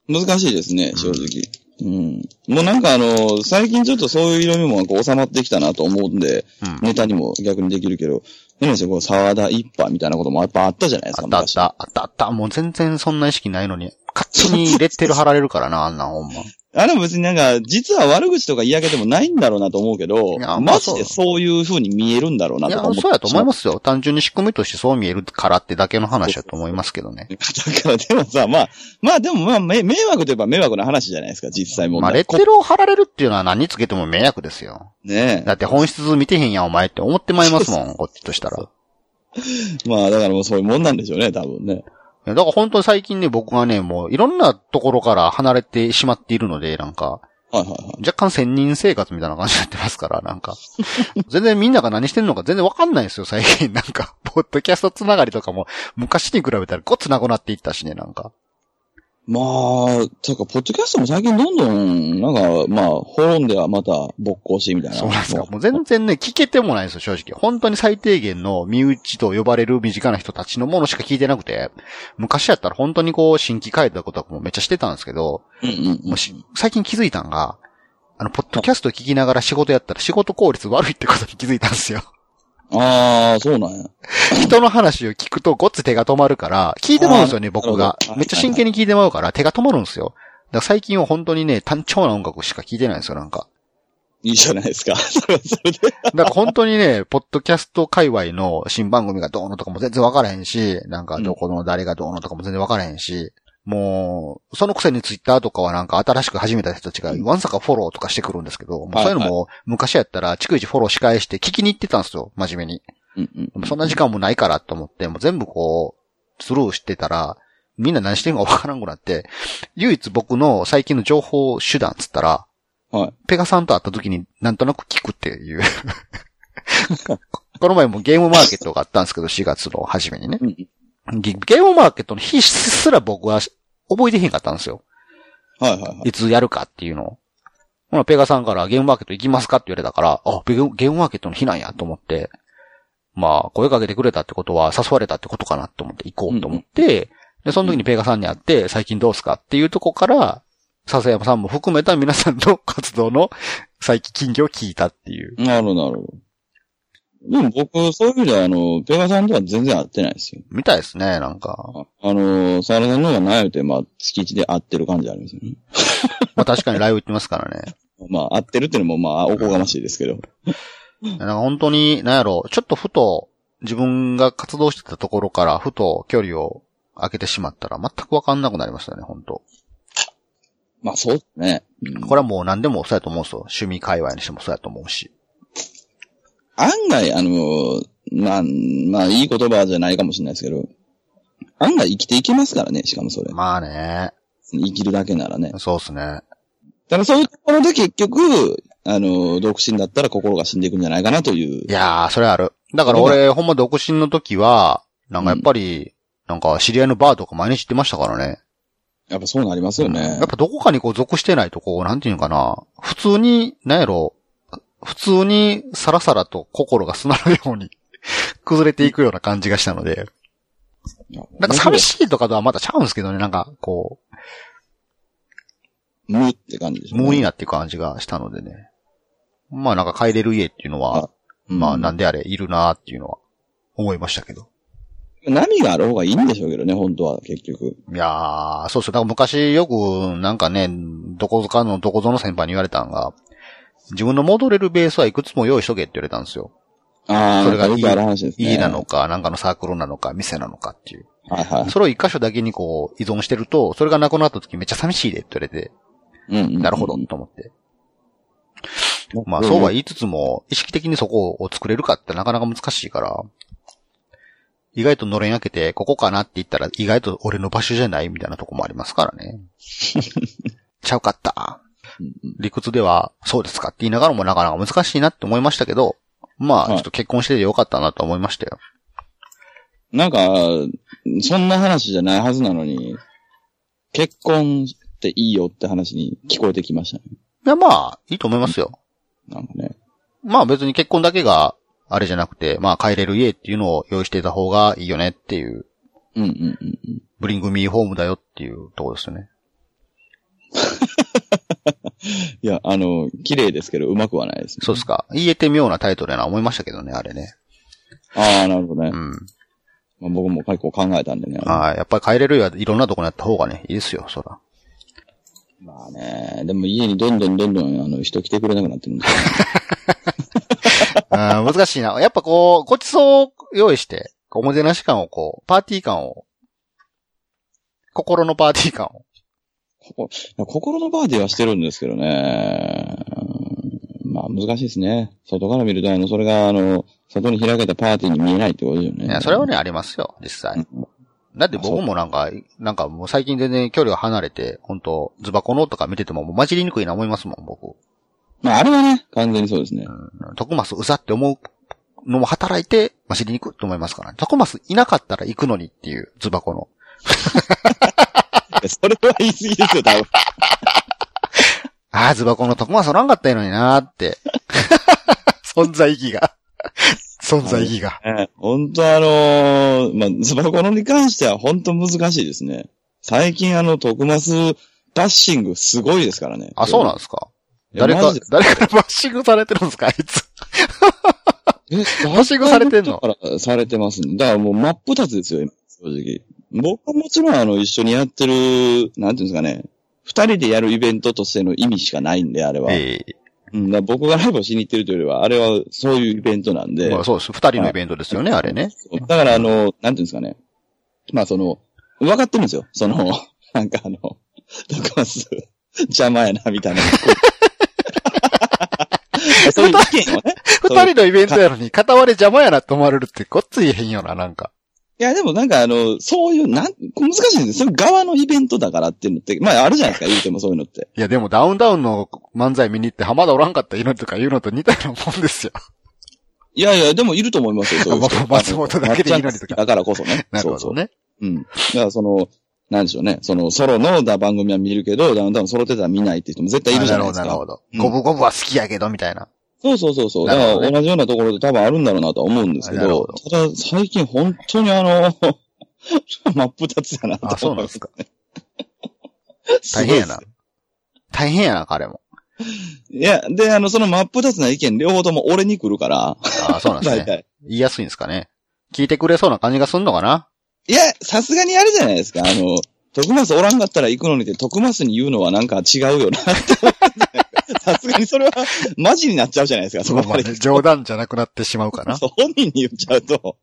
[SPEAKER 3] 当に。難しいですね、正直。うん。もうなんかあの、最近ちょっとそういう色味もこう収まってきたなと思うんで、
[SPEAKER 2] うん。
[SPEAKER 3] ネタにも逆にできるけど、変ですよ、こう、沢田一派みたいなこともやっぱあったじゃないです
[SPEAKER 2] あ
[SPEAKER 3] か、
[SPEAKER 2] ったあった、あったあった。もう全然そんな意識ないのに、勝手にレッテル貼られるからな、あ んなんほんま。
[SPEAKER 3] 昔あれも別になんか、実は悪口とか嫌気でもないんだろうなと思うけ
[SPEAKER 2] い
[SPEAKER 3] ど
[SPEAKER 2] や、まあ
[SPEAKER 3] マジでそういう風に見えるんだろうないと
[SPEAKER 2] や
[SPEAKER 3] か思、
[SPEAKER 2] そうやと思い
[SPEAKER 3] ま
[SPEAKER 2] ますよ。単純に仕組みとしてそう見えるからってだけの話だと思いますけどね。
[SPEAKER 3] す。だから、でもさ、まあ、まあでもまあ、め迷惑といえば迷惑な話じゃないですか、実際問
[SPEAKER 2] まあ、レ
[SPEAKER 3] 題。
[SPEAKER 2] ッテルを貼られるっていうのは何つけても迷惑ですよ。
[SPEAKER 3] ねえ
[SPEAKER 2] だって本質見てへんやん、お前って思ってまいますもん、こっちとしたら。
[SPEAKER 3] まあ、だからもうそういうもんなんでしょうね、多分ね。
[SPEAKER 2] いやだから本当に最近ね、僕はね、もういろんなところから離れてしまっているので、なんか、
[SPEAKER 3] はいはいはい。
[SPEAKER 2] 若干専人生活みたいな感じになってますから、なんか。 全然みんなが何してんのか全然わかんないんですよ、最近。なんか、ポッドキャストつながりとかも、昔に比べたらごつなくなっていったしね、なんか。
[SPEAKER 3] まあ、てか、ポッドキャストも最近どんどん、なんか、まあ、滅んではまた勃興してみたいな。
[SPEAKER 2] そうなんですよ。もう全然ね、聞けてもないんですよ、正直。本当に最低限の身内と呼ばれる身近な人たちのものしか聞いてなくて、昔やったら本当にこう、新規開拓とかもめっちゃしてたんですけど、
[SPEAKER 3] うんうんうん
[SPEAKER 2] もうし、最近気づいたんが、あの、ポッドキャスト聞きながら仕事やったら仕事効率悪いってことに気づいたんですよ。
[SPEAKER 3] ああ、そうなんや。
[SPEAKER 2] 人の話を聞くとごっつ手が止まるから、聞いてまうんですよね、僕
[SPEAKER 3] なる
[SPEAKER 2] が
[SPEAKER 3] ほ。ど
[SPEAKER 2] めっちゃ真剣に聞いてまうから手が止まるんですよ。だから最近は本当にね、単調な音楽しか聞いてないんですよ、なんか。
[SPEAKER 3] いいじゃないですか。 それはそれで。
[SPEAKER 2] だから本当にね、 ポッドキャスト界隈の新番組がどうのとかも全然わからへんし、なんかどこの誰がどうのとかも全然わからへんし、もう、そのくせにツイッターとかはなんか新しく始めた人たちが
[SPEAKER 3] うん
[SPEAKER 2] わんさかフォローとかしてくるんですけど、もう
[SPEAKER 3] はい
[SPEAKER 2] そういうのも昔やったら逐一フォローし返して聞きに行ってたんですよ、真面目に。
[SPEAKER 3] うんうん
[SPEAKER 2] でもそんな時間もないからと思って、もう全部こう、スルーしてたら、みんな何してんかわからんくなって、唯一僕の最近の情報手段っつったら、
[SPEAKER 3] はい。
[SPEAKER 2] ペガさんと会った時になんとなく聞くっていう。この前もゲームマーケットがあったんですけど、4月の初めにね。
[SPEAKER 3] うん
[SPEAKER 2] ゲゲームマーケットの日すら僕は覚えてへんかったんですよ。
[SPEAKER 3] はいはいはい。
[SPEAKER 2] いつやるかっていうのを。ほな、ペガさんからゲームマーケット行きますかって言われたから、あ、ゲームゲームマーケットの日なんやと思って、まあ、声かけてくれたってことは誘われたってことかなと思って行こうと思って、で、その時にペガさんに会って、最近どうすかっていうとこから、笹山さんも含めた皆さんの活動の最近近況を聞いたっていう。
[SPEAKER 3] なるほど、なるほど。でも僕、そういう意味では、あの、ペガさんとは全然会ってないですよ。
[SPEAKER 2] みたいですね、なんか。
[SPEAKER 3] ああの、サラさんの方がないよって、まあ、月一で会ってる感じありますよね。
[SPEAKER 2] まあ確かにライブ行ってますからね。
[SPEAKER 3] まあ、会ってるっていうのも、まあ、おこがましいですけど。
[SPEAKER 2] なんか本当に、なんやろ、ちょっとふと自分が活動してたところからふと距離を空けてしまったら全くわかんなくなりましたよね、本当
[SPEAKER 3] まあ、そうですね。うん
[SPEAKER 2] これはもう何でもそうやと思うんですよ。趣味界隈にしてもそうやと思うし。
[SPEAKER 3] 案外、あの、まあ、まあ、いい言葉じゃないかもしれないですけど、案外生きていけますからね、しかもそれ。
[SPEAKER 2] まあね。
[SPEAKER 3] 生きるだけならね。
[SPEAKER 2] そうっすね。
[SPEAKER 3] ただそういうところで結局、あの、独身だったら心が死んでいくんじゃないかなとい
[SPEAKER 2] い。
[SPEAKER 3] う
[SPEAKER 2] やー、それある。だから俺、ほんま独身の時は、なんかやっぱり、なんか知り合いのバーとか毎日行ってましたからね。
[SPEAKER 3] やっぱそうなりますよね
[SPEAKER 2] やっ。ぱどこかにこう属してないとこう、なんていうのかな。普通に、なんやろ、普通にさらさらと心が砂のように 崩れていくような感じがしたので、なんか寂
[SPEAKER 3] い。
[SPEAKER 2] しいとかとはまたちゃうんですけどね、なんかこ
[SPEAKER 3] 無って感じでし
[SPEAKER 2] う、
[SPEAKER 3] ょうね、
[SPEAKER 2] 無になっていう感じがしたのでね。まあなんか帰れる家っていうのは、
[SPEAKER 3] うん
[SPEAKER 2] まあなんであれいるなーっていうのは思いましたけど。
[SPEAKER 3] 波がある方がいいんでしょうけどね、本当は、結局。
[SPEAKER 2] いやー、そうそう。だから昔よく、なんかね、どこぞかのどこぞの先輩に言われたんが、自分の戻れるベースはいくつも用意しとけって言われたんですよ。
[SPEAKER 3] ああ、
[SPEAKER 2] それが
[SPEAKER 3] なんかよくある話ですね。
[SPEAKER 2] 家なのか、なんかのサークルなのか、店なのかっていう。
[SPEAKER 3] はいは
[SPEAKER 2] それを一箇所だけにこう、依存してると、それがなくなった時めっちゃ寂しいでって言われて、
[SPEAKER 3] い。うん、うん。
[SPEAKER 2] なるほど、と思って。まあそうは言いつつも、意識的にそこを作れるかってなかなか難しいから、意外とのれん開けて、ここかなって言ったら、意外と俺の場所じゃないみたいなとこもありますから ね。ちゃうかった。
[SPEAKER 3] うんうん
[SPEAKER 2] 理屈では、そうですかって言いながらもなかなか難しいなって思いましたけど、まあ、
[SPEAKER 3] は
[SPEAKER 2] ち
[SPEAKER 3] い
[SPEAKER 2] ょっと結婚しててよかったなと思いましたよ。
[SPEAKER 3] なんか、そんな話じゃないはずなのに、結婚っていいよって話に聞こえてきましたね。
[SPEAKER 2] い、や、まあ、いいと思いますよ。
[SPEAKER 3] なんかね。
[SPEAKER 2] まあ別に結婚だけが、あれじゃなくて、まあ帰れる家っていうのを用意していた方がいいよねっていう、
[SPEAKER 3] うんうんうんうん。
[SPEAKER 2] ブリングミーホームだよっていうところですよね。
[SPEAKER 3] いや、あの、綺麗ですけど、うまくはないですね。
[SPEAKER 2] そうですか。言えて妙なタイトルやな思いましたけどね、あれね。
[SPEAKER 3] ああ、なるほどね。
[SPEAKER 2] うん。
[SPEAKER 3] まあ、僕も結構考えたんでね。
[SPEAKER 2] はい。やっぱり帰れるよりはいろんなとこにあった方がね、いいですよ、そら。
[SPEAKER 3] まあね、でも家にどんどんどんどんあの人来てくれなくなってるんですよ。
[SPEAKER 2] あー難しいな。 やっぱこう、ごちそうを用意して、おもてなし感をこう、パーティー感を、心のパーティー感を。
[SPEAKER 3] ここいや心のバーディーはしてるんですけどね。うんまあ難しいですね。外から見ると、あの、それが、あの、外に開けたパーティーに見えないってことですよね。
[SPEAKER 2] いや、それはね、ありますよ、実際。だって僕もなんか、なんかもう最近全然距離が離れて、本当ズバコのとか見ててももう混じりにくいな思いますもん、僕。
[SPEAKER 3] まああれはね、完全にそうですね。
[SPEAKER 2] 徳マスうざって思うのも働いて混じりにくいと思いますから、ね。徳マスいなかったら行くのにっていう、ズバコの。
[SPEAKER 3] それは言い過ぎですよ、多分。
[SPEAKER 2] ああ、ズバコの徳マスおらんかったのになーって。 存在意義が。 存在意義が。
[SPEAKER 3] 本当あのーまあ、ズバコロに関しては本当難しいですね。最近あの、徳マスバッシングすごいですからね。
[SPEAKER 2] あ、そうなんですか
[SPEAKER 3] いや
[SPEAKER 2] 誰
[SPEAKER 3] マ
[SPEAKER 2] か
[SPEAKER 3] ジで、
[SPEAKER 2] 誰からバッシングされてるんですかあいつ。
[SPEAKER 3] え、
[SPEAKER 2] バッシングされてんの
[SPEAKER 3] だからされてますね。だからもう真っ二つですよ、今正直。僕はもちろんあの、一緒にやってる、なんていうんですかね。二人でやるイベントとしての意味しかないんで、あれは。
[SPEAKER 2] え
[SPEAKER 3] うん、だから僕がライブをしに行ってるというよりは、あれはそういうイベントなん
[SPEAKER 2] え
[SPEAKER 3] で。
[SPEAKER 2] まあそうです。二人のイベントですよね、あれね。
[SPEAKER 3] そうだから、あの、なんていうんですかね。まあ、その、分かってるんですよ。その、 なんかあの、ドクマス、邪魔やな、み たいな。そういう意見をね。そう
[SPEAKER 2] 二人のイベントやのに、片割れ邪魔やなって思われるって、こっついへんよな、なんか。
[SPEAKER 3] いや、でもなんかあの、そういう、なん、難しいんですよ。その側のイベントだからっていうのって、まあ、あるじゃないですか、言うてもそういうのって。
[SPEAKER 2] いや、でもダウンダウンの漫才見に行って、浜田おらんかった犬とか言うのと似たようなもん ですよ。
[SPEAKER 3] いやいや、でもいると思い ますよ、そういう人。
[SPEAKER 2] まあ松本だけでいいのにとか
[SPEAKER 3] だからこそね。
[SPEAKER 2] なる
[SPEAKER 3] そ
[SPEAKER 2] ほ
[SPEAKER 3] うそ
[SPEAKER 2] ど
[SPEAKER 3] う。
[SPEAKER 2] ね。
[SPEAKER 3] うん。だからその、なんでしょうね。その、ソロのだ番組は見るけど、ダウンタウンソロってたら見ないって人も絶対いるじゃないです
[SPEAKER 2] あなるほ
[SPEAKER 3] か。
[SPEAKER 2] ど、
[SPEAKER 3] う
[SPEAKER 2] なんるほど。五分五分は好きやけど、みたいな。
[SPEAKER 3] そうそうそうそう。
[SPEAKER 2] な
[SPEAKER 3] だ
[SPEAKER 2] る
[SPEAKER 3] か
[SPEAKER 2] ほど
[SPEAKER 3] ら
[SPEAKER 2] ね
[SPEAKER 3] 同じようなところで多分あるんだろうなとは思うんですけ
[SPEAKER 2] なるほ
[SPEAKER 3] ど
[SPEAKER 2] ど、
[SPEAKER 3] ただ最近本当にあの、 真っ二つだなと思
[SPEAKER 2] あ、そうなんですか。
[SPEAKER 3] す
[SPEAKER 2] 大変やな。大変やな、彼も。
[SPEAKER 3] いや、で、あの、その真っ二つな意見両方とも俺に来るから、
[SPEAKER 2] あ、そうなん です
[SPEAKER 3] 大
[SPEAKER 2] ね。
[SPEAKER 3] 体。
[SPEAKER 2] 言いやすいんですかね。聞いてくれそうな感じがすんのかない
[SPEAKER 3] や、さすがにあれじゃないですか。あの、徳マスおらんかったら行くのにって、徳マスに言うのはなんか違うよなって思ってさすがにそれはマジになっちゃうじゃないですか、そこ
[SPEAKER 2] ま
[SPEAKER 3] ま
[SPEAKER 2] あ
[SPEAKER 3] で。
[SPEAKER 2] 冗談じゃなくなってしまうか な。
[SPEAKER 3] そう本人に言っちゃうと、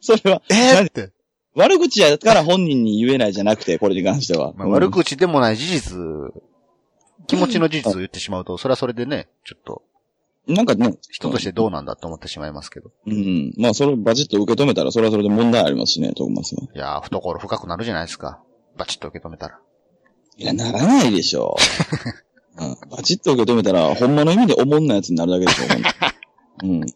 [SPEAKER 3] それは
[SPEAKER 2] えーって。
[SPEAKER 3] 悪口やから本人に言えないじゃなくて、これに関しては。
[SPEAKER 2] まあ、悪口でもない事実、気持ちの事実を言ってしまうと、それはそれでね、ちょっと、
[SPEAKER 3] なんかね、
[SPEAKER 2] 人としてどうなんだと思ってしまいますけど。
[SPEAKER 3] うん。まあ、それをバチッと受け止めたら、それはそれで問題ありますしね、トーマスは。
[SPEAKER 2] いやー、懐深くなるじゃないですか。バチッと受け止めたら。
[SPEAKER 3] いや、ならないで しょう。うん、バチッと受け止めたら、ほんまの意味でおもんなやつになるだけでしょ、ほんと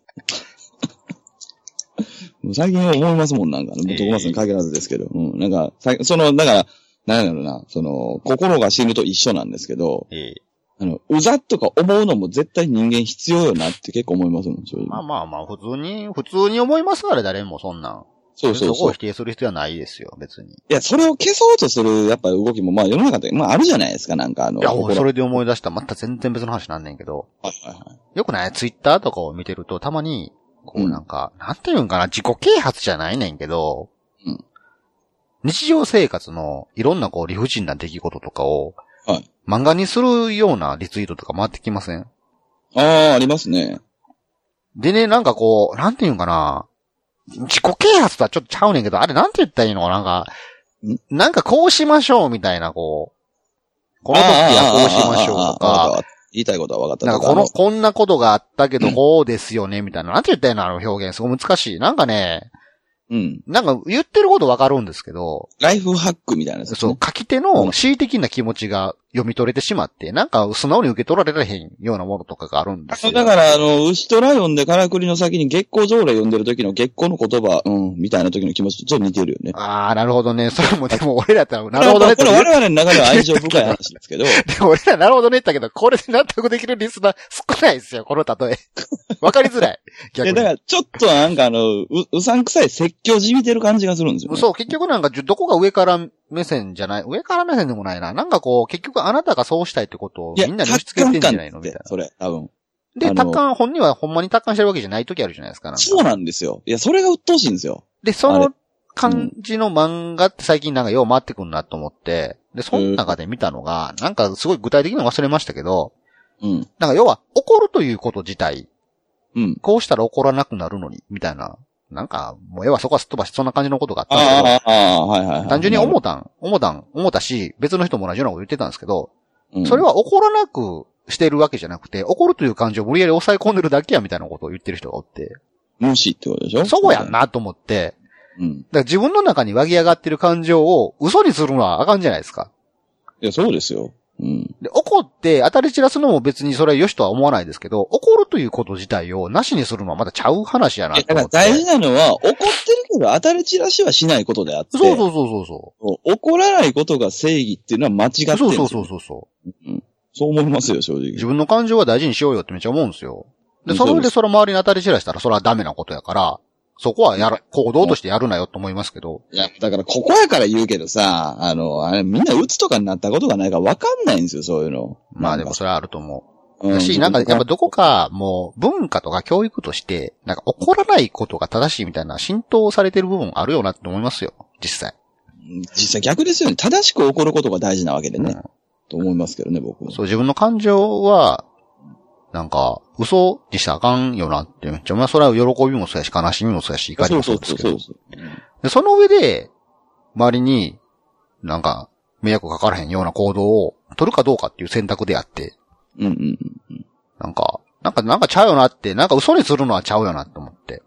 [SPEAKER 3] うん。最近思いますもん、なんか、ト
[SPEAKER 2] ええ
[SPEAKER 3] ーマスに限らずですけど。うん。なんか、さいその、だから、なんだろうな、その、心が死ぬと一緒なんですけど、
[SPEAKER 2] ええ
[SPEAKER 3] あの、うざっとか思うのも絶対人間必要よなって結構思いますもん、正直。
[SPEAKER 2] まあまあまあ、普通に、普通に思いますから、誰もそんなん。
[SPEAKER 3] そうそう
[SPEAKER 2] こ
[SPEAKER 3] そ
[SPEAKER 2] を
[SPEAKER 3] う。
[SPEAKER 2] 否定する必要はないですよ、別に。
[SPEAKER 3] いや、それを消そうとする、やっぱ動きも、まあ世の中で、まああるじゃないですか、なんかあの。
[SPEAKER 2] いや、俺そ
[SPEAKER 3] れ。
[SPEAKER 2] れで思い出した。また全然別の話なんねんけど。
[SPEAKER 3] はいはいはい。
[SPEAKER 2] よくないツイッターとかを見てると、たまに、こ
[SPEAKER 3] う
[SPEAKER 2] うんなんか、なんていうんかな、自己啓発じゃないねんけど、
[SPEAKER 3] うん
[SPEAKER 2] 日常生活のいろんなこう理不尽な出来事とかを、
[SPEAKER 3] はい
[SPEAKER 2] 漫画にするようなリツイートとか回ってきません
[SPEAKER 3] ああ、ありますね。
[SPEAKER 2] でね、なんかこう、なんていうんかな、自己啓発とはちょっとちゃうねんけど、あれなんて言ったらいいのなんか
[SPEAKER 3] ん、
[SPEAKER 2] なんかこうしましょうみたいな、こう、この時はこうしましょうと
[SPEAKER 3] ああああああ
[SPEAKER 2] か
[SPEAKER 3] あ、あ言いたいことは分かったと
[SPEAKER 2] なんかこの、こんなことがあったけど、こうですよね、みたいな。なんて言ったよな、あの表現。すごい難しい。なんかね、
[SPEAKER 3] うん。
[SPEAKER 2] なんか言ってることわかるんですけど、
[SPEAKER 3] ライフハックみたいなやつです
[SPEAKER 2] そ
[SPEAKER 3] ね、
[SPEAKER 2] う、書き手
[SPEAKER 3] う
[SPEAKER 2] の
[SPEAKER 3] ん
[SPEAKER 2] 恣意的な気持ちが読み取れてしまって、なんか素直に受け取られられへんようなものとかがあるんですよ。
[SPEAKER 3] だから、あの、牛とライオンでからくりの先に月光条例読んでる時の月光の言葉、うん、みたいな時の気持ちとちょっと似てるよね。
[SPEAKER 2] ああ、なるほどね。それもでも俺らだったら、なるほどねって
[SPEAKER 3] これ
[SPEAKER 2] 言う。
[SPEAKER 3] 我々の中では愛情深い話ですけど、
[SPEAKER 2] で も俺らなるほどねって言ったけど、これで納得できるリスナー少ないですよ、この例え。 わかりづらい。逆
[SPEAKER 3] で、
[SPEAKER 2] に。
[SPEAKER 3] だからちょっとなんかあの、う、うさんくさい説教じみてる感じがするんですよ、ね。
[SPEAKER 2] そう、結局なんかじゅ、どこが上から目線じゃない上から目線でもないな。なんかこう、結局あなたがそうしたいってことをみんなに押し付けてんじゃないのみたいな。
[SPEAKER 3] それ、多分。
[SPEAKER 2] で、
[SPEAKER 3] あの
[SPEAKER 2] 達観、本人はほんまに達観してるわけじゃない時あるじゃないですか。なんか
[SPEAKER 3] そうなんですよ。いや、それが鬱陶しいんですよ。
[SPEAKER 2] で、その感じの漫画って最近なんかよう回ってくるなと思って、で、その中で見たのが、なんかすごい具体的なの忘れましたけど、
[SPEAKER 3] うん。
[SPEAKER 2] なんか要は怒るということ自体、
[SPEAKER 3] うん。
[SPEAKER 2] こうしたら怒らなくなるのに、みたいな。なんか、もう要はそこはすっ飛ばしてそんな感じのことがあったんですけど、
[SPEAKER 3] ああ、ああ、はいはいはい。
[SPEAKER 2] 単純に思
[SPEAKER 3] う。
[SPEAKER 2] ったん、思ったん、思ったし、別の人も同じようなこと言ってたんですけど、
[SPEAKER 3] うん、
[SPEAKER 2] それは怒らなくしてるわけじゃなくて、怒るという感情を無理やり抑え込んでるだけやみたいなことを言ってる人がおって、
[SPEAKER 3] 無視ってことでしょ
[SPEAKER 2] そうやん。なと思って、
[SPEAKER 3] うん。
[SPEAKER 2] だから自分の中に湧き上がってる感情を嘘にするのはあかんじゃないですか。
[SPEAKER 3] いや、そうですよ。うん。
[SPEAKER 2] で、怒って当たり散らすのも別にそれは良しとは思わないですけど、怒るということ自体をなしにするのはまだちゃう話やない
[SPEAKER 3] や、
[SPEAKER 2] と
[SPEAKER 3] だか
[SPEAKER 2] 思
[SPEAKER 3] ら
[SPEAKER 2] って。
[SPEAKER 3] 大事なのは、怒ってるけど当たり散らしはしないことであって、
[SPEAKER 2] そうそうそうそうそ
[SPEAKER 3] 怒らないことが正義っていうのは間違ってるん
[SPEAKER 2] う。
[SPEAKER 3] ですよ
[SPEAKER 2] そうそうそうそうそう。
[SPEAKER 3] そう思いますよ、正直
[SPEAKER 2] 自。分の感情は大事にしようよってめっちゃ思うんですよ。で、
[SPEAKER 3] うん
[SPEAKER 2] その
[SPEAKER 3] そ
[SPEAKER 2] 上
[SPEAKER 3] うで
[SPEAKER 2] ですそれ周りに当たり散らしたらそれはダメなことやから、そこはやら、行動としてやるなよと思いますけど。
[SPEAKER 3] いや、だからここやから言うけどさ、あの、あれみんな鬱とかになったことがないから分かんないんですよ、そういうの。
[SPEAKER 2] まあでも
[SPEAKER 3] そ
[SPEAKER 2] それはあると思
[SPEAKER 3] う
[SPEAKER 2] う。だし、なんかやっぱどこかもう文化とか教育として、なんか怒らないことが正しいみたいな浸透されてる部分あるよなって思いますよ。実際。
[SPEAKER 3] 実際逆ですよね。正しく怒ることが大事なわけでね。
[SPEAKER 2] うん
[SPEAKER 3] と思いますけどね、僕も。
[SPEAKER 2] そう、自分の感情は、なんか、嘘にしたらあかんよなって。めっちゃまあそれは喜びもそうやし、悲しみもそうやし、怒りもそうですけど。
[SPEAKER 3] そう。
[SPEAKER 2] で、その上で、周りに、なんか、迷惑かからへんような行動を取るかどうかっていう選択であって、
[SPEAKER 3] うんうんうん。
[SPEAKER 2] なんか、なんか、なんかちゃうよなって、なんか嘘にするのはちゃうよなって思って。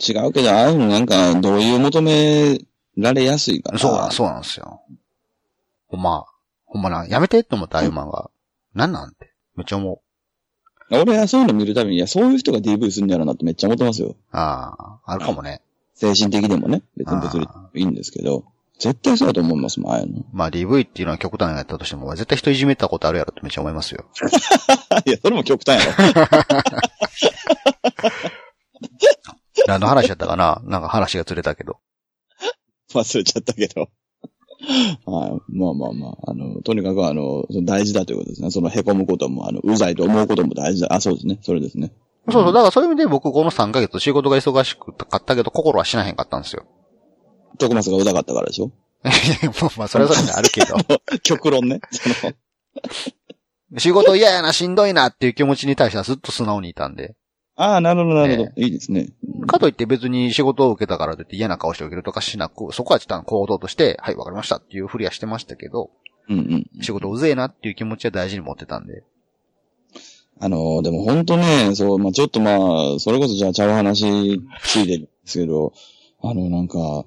[SPEAKER 3] 違うけど、ああいうのなんか、同意を求められやすいから。
[SPEAKER 2] そうなん、そうなんですよ。ほんま、ほんまな、やめてって思った、ああいう漫画。なんなんて。めっちゃ思
[SPEAKER 3] 俺はそういうの見るたびに、いや、そういう人が DV するんだろうなってめっちゃ思ってますよ。
[SPEAKER 2] う。ああ、あるかもね。
[SPEAKER 3] 精神的でもね。別に別に
[SPEAKER 2] あ
[SPEAKER 3] いいんですけど。絶対そうだと思いますもん、ああいうの。
[SPEAKER 2] まあ DV っていうのは極端なやったとしても、絶対人いじめたことあるやろってめっちゃ思いますよ。
[SPEAKER 3] いや、それも極端やろ。
[SPEAKER 2] 何の話やったかななんか話がずれたけど。
[SPEAKER 3] 忘れちゃったけど。 はい。まあまあまあ、あの、とにかくあの、その大事だということですね。その凹むことも、あの、うざいと思うことも大事だ。あ、そうですね。それですね。
[SPEAKER 2] そうそう。だからそういう意味で僕この3ヶ月仕事が忙しかったけど心はしなへんかったんですよ。
[SPEAKER 3] 徳松がうざかったからでしょ
[SPEAKER 2] いやいやまあまあ、それはそれであるけど。
[SPEAKER 3] 極論ね。その、
[SPEAKER 2] 仕事嫌やな、しんどいなっていう気持ちに対してはずっと素直にいたんで。
[SPEAKER 3] ああ、なるほど、なるほど。いいですね。
[SPEAKER 2] かといって別に仕事を受けたからといって嫌な顔して受けるとかしなく、そこはちょっと行動として、はい、わかりましたっていうふりはしてましたけど、
[SPEAKER 3] うんうん。
[SPEAKER 2] 仕事うぜえなっていう気持ちは大事に持ってたんで。
[SPEAKER 3] あの、でも本当ね、そう、まあ、ちょっとまあ、それこそじゃあちゃう話ついてるんですけど、あの、なんか、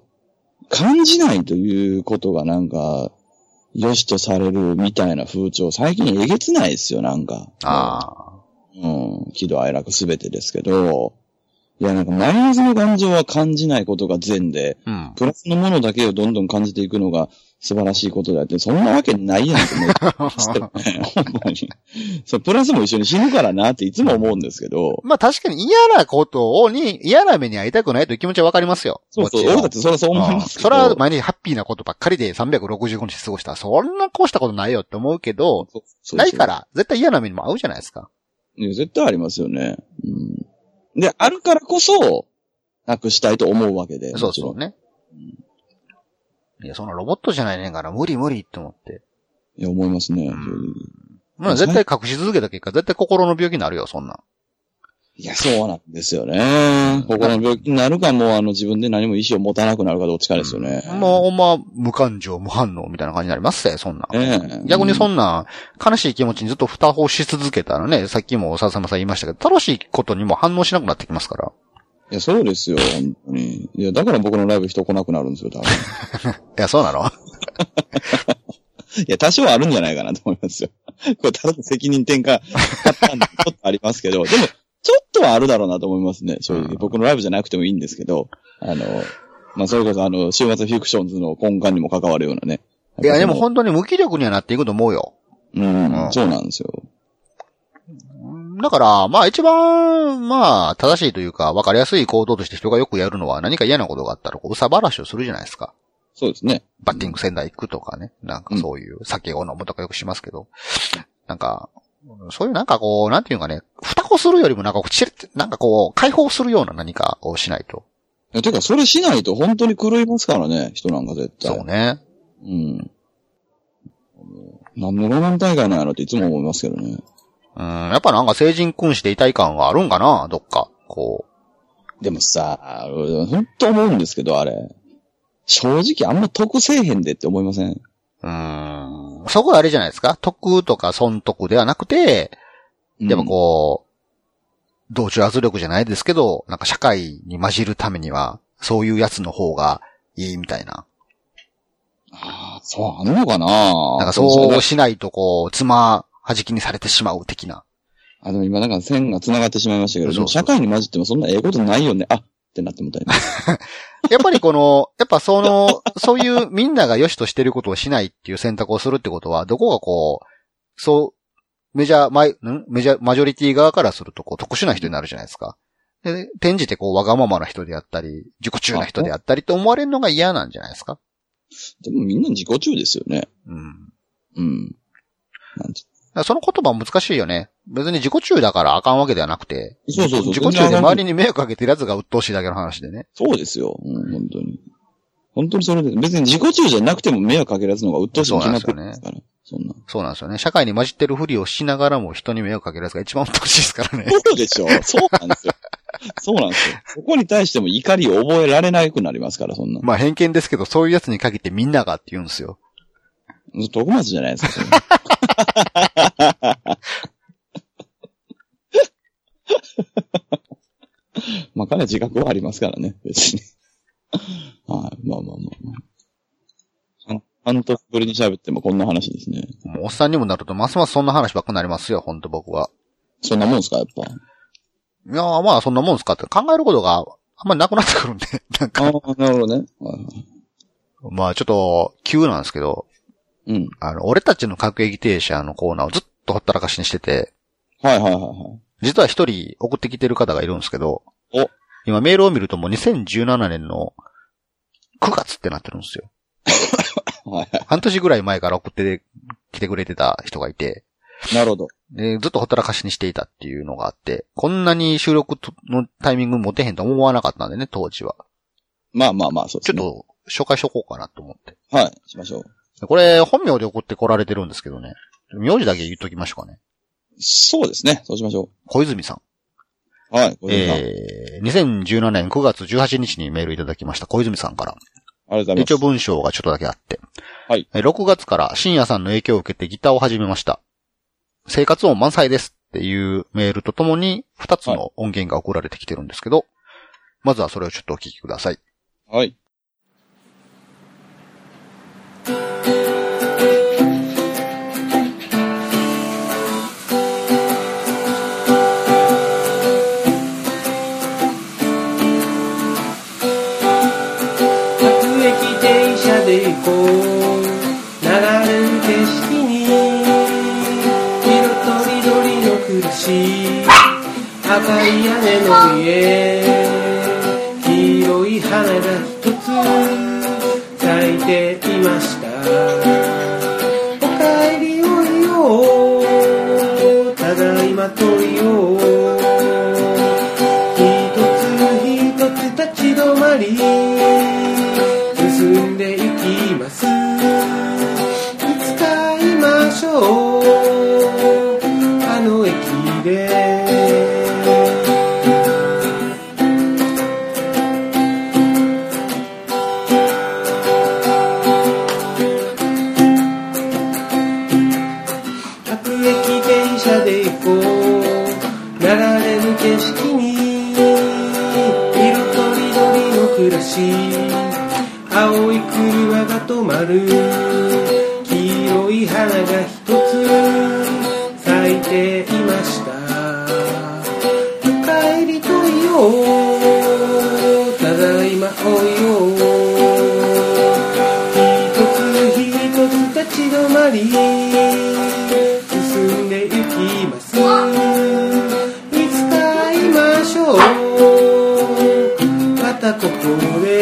[SPEAKER 3] 感じないということがなんか、良しとされるみたいな風潮、最近えげつないですよ、なんか。
[SPEAKER 2] ああ。
[SPEAKER 3] うん、喜怒哀楽すべてですけど、いや、なんかマイナスの感情は感じないことが善で、
[SPEAKER 2] うん。
[SPEAKER 3] プラスのものだけをどんどん感じていくのが素晴らしいことであって、そんなわけないやんと思ってま 本当に。そう、プラスも一緒に死ぬからなっていつも思うんですけど、
[SPEAKER 2] まあ確かに嫌なことをに、嫌な目に遭いたくないという気持ちはわかりますよ。
[SPEAKER 3] そう
[SPEAKER 2] も
[SPEAKER 3] そう、
[SPEAKER 2] ちろん
[SPEAKER 3] 俺だってそらそう思いますけど。
[SPEAKER 2] それは毎日ハッピーなことばっかりで365日過ごしたら、そんなこうしたことないよって思うけど、
[SPEAKER 3] そうそう
[SPEAKER 2] ないから、絶対嫌な目にも合うじゃないですか。
[SPEAKER 3] いや絶対ありますよね。うん。で、あるからこそ、なくしたいと思うわけで。
[SPEAKER 2] そうそうね。いや、そんなロボットじゃないねんから、無理無理って思って。
[SPEAKER 3] う。いや、思いますね。
[SPEAKER 2] うんまあ絶対隠し続けた結果、絶対心の病気になるよ、そんなん。
[SPEAKER 3] いや、そうなんですよね。心の病気になるか、もうあの自分で何も意思を持たなくなるかどっちかですよね。
[SPEAKER 2] もうほんま、無感情、無反応みたいな感じになりますよ、そんなん。
[SPEAKER 3] ねえ
[SPEAKER 2] 逆にそんな、悲しい気持ちにずっと蓋をし続けたらね、さっきも笹山さん言いましたけど、楽しいことにも反応しなくなってきますから。
[SPEAKER 3] いや、そうですよ、本当に。いや、だから僕のライブ人来なくなるんですよ、多 分。
[SPEAKER 2] いや、そうなの
[SPEAKER 3] いや、多少はあるんじゃないかなと思いますよ。 これ、ただの責任転嫁だったんで、ちょっとありますけど、でも、ちょっとはあるだろうなと思いますね、正
[SPEAKER 2] うん
[SPEAKER 3] 直。僕のライブじゃなくてもいいんですけど、あの、まあ、それこそ、あの、週末フィクションズの根幹にも関わるようなね。
[SPEAKER 2] いや、でも
[SPEAKER 3] ほん、
[SPEAKER 2] 本当に無気力にはなっていくと思うよ。
[SPEAKER 3] うん
[SPEAKER 2] う、ん
[SPEAKER 3] そうなんですよ。
[SPEAKER 2] だから、まあ一番、まあ正しいというか、分かりやすい行動として人がよくやるのは何か嫌なことがあったら、こう、うさばらしをするじゃないですか。
[SPEAKER 3] そうですね。
[SPEAKER 2] バッティング仙台行くとかね。なんかそういう酒を飲むとかよくしますけど。なんか、そういうなんかこう、なんていうかね、蓋をするよりもなんかこう、チリッなんかこう、解放するような何かをしないと。
[SPEAKER 3] いやてか、それしないと本当に狂いますからね、人なんか絶対。
[SPEAKER 2] そうね。
[SPEAKER 3] うん。何のロマン大会なんやろっていつも思いますけどね。
[SPEAKER 2] うん、やっぱなんか成人君子でいたい感があるんかな、どっか。こ
[SPEAKER 3] でもさ、本当思うんですけど、あれ。正直あんま得せえへんでって思いません
[SPEAKER 2] う。うん、そこはあれじゃないですか得とか損得ではなくて、やっぱこう、同調圧力じゃないですけど、なんか社会に混じるためには、そういうやつの方がいいみたいな。
[SPEAKER 3] うん。ああ、そうあんのかな
[SPEAKER 2] なんかそうしないとこう、妻弾きにされてしまう的な。
[SPEAKER 3] あ、でも今なんか線が繋がってしまいましたけど、でも
[SPEAKER 2] そうそう
[SPEAKER 3] 社会に混じってもそんなええことないよね。あってなってもたいな。
[SPEAKER 2] やっぱりこの、やっぱその、そういうみんなが良しとしてることをしないっていう選択をするってことは、どこがこう、そう、メジャー、マイ、んメジャー、マジョリティ側からするとこう特殊な人になるじゃないですか。で、転じてこう、わがままな人であったり、自己中な人であったりと思われるのが嫌なんじゃないですか。
[SPEAKER 3] でもみんな自己中ですよね。
[SPEAKER 2] うん。
[SPEAKER 3] うん。なんて
[SPEAKER 2] だからその言葉は難しいよね。別に自己中だからあかんわけではなくて。
[SPEAKER 3] そうそうそう
[SPEAKER 2] 自己
[SPEAKER 3] 全
[SPEAKER 2] 中で
[SPEAKER 3] 然あかん
[SPEAKER 2] 周りに迷惑かけてる奴が鬱陶しいだけの話でね。
[SPEAKER 3] そうですよ。うん、本当に。本当にそれで、別に自己中じゃなくても迷惑かけるやつの方が鬱陶しいに決まってるんですから。そんな。
[SPEAKER 2] そうなんですよね。社会に混じってるふりをしながらも人に迷惑かける奴が一番鬱陶しいですからね。
[SPEAKER 3] そうでしょ そうなんですよ。そうなんですよ。そこに対しても怒りを覚えられなくなりますから、そんな。
[SPEAKER 2] まあ偏見ですけど、そういう奴に限ってみんながって言うんですよ。
[SPEAKER 3] 徳松じゃない ですか、それまあ、彼は自覚はありますからね、別に。はい、まあまあまあまあ。半年ぶりに喋ってもこんな話ですね。
[SPEAKER 2] もうおっさんにもなると、ますますそんな話ばっかりになりますよ、ほんと僕は。
[SPEAKER 3] そんなもんすか、やっぱ。
[SPEAKER 2] いやーまあそんなもんすかって考えることがあんまりなくなってくるんで。なん
[SPEAKER 3] あ
[SPEAKER 2] か、
[SPEAKER 3] あ、なるほどね。はい は
[SPEAKER 2] まあちょっと、急なんですけど、
[SPEAKER 3] い。うん。
[SPEAKER 2] あの、俺たちの各駅停車のコーナーをずっとほったらかしにしてて、
[SPEAKER 3] はいはいはいはい。
[SPEAKER 2] 実は一人送ってきてる方がいるんですけど、
[SPEAKER 3] お
[SPEAKER 2] 今メールを見るともう2017年の9月ってなってるんですよ。
[SPEAKER 3] はいは
[SPEAKER 2] 半年ぐらい前から送ってきてくれてた人がいて、
[SPEAKER 3] い。なるほど。
[SPEAKER 2] でずっとほったらかしにしていたっていうのがあって、こんなに収録とのタイミング持てへんと思わなかったんでね、当時は。
[SPEAKER 3] まあまあまあ、そうで
[SPEAKER 2] ち
[SPEAKER 3] す
[SPEAKER 2] ょっ
[SPEAKER 3] ね。
[SPEAKER 2] と紹介しとこうかなと思って。
[SPEAKER 3] と。はい、しましょう。
[SPEAKER 2] これ本名で送ってこられてるんですけどね。名字だけ言っときましょうかね。
[SPEAKER 3] そうですね。そうしましょ
[SPEAKER 2] 小泉さん。
[SPEAKER 3] う。はい、ごめんなさい。
[SPEAKER 2] えー、2017年9月18日にメールいただきました小泉さんから。
[SPEAKER 3] ありがとうございます。
[SPEAKER 2] 一応文章がちょっとだけあって。
[SPEAKER 3] はい
[SPEAKER 2] えー。6月から深夜さんの影響を受けてギターを始めました。生活音満載ですっていうメールとともに、2つの音源が送られてきてるんですけど、まずはそれをちょっとお聞きください。
[SPEAKER 3] はい。
[SPEAKER 4] 「ていこう流れる景色に色とりどりの苦しい赤い屋根の家黄色い花が一つ咲いていましたおかえりおいよただいまといよ一つ一つ立ち止まり進んでいきますいつか会いましょうあの駅で各駅電車で行こう流れる景色に色とりどりの暮らし青い車が止まる黄色い花が一つ咲いていましたおかえりといようただいまおいよう一つ一つ立ち止まり進んでいきますいつか会いましょうまたここで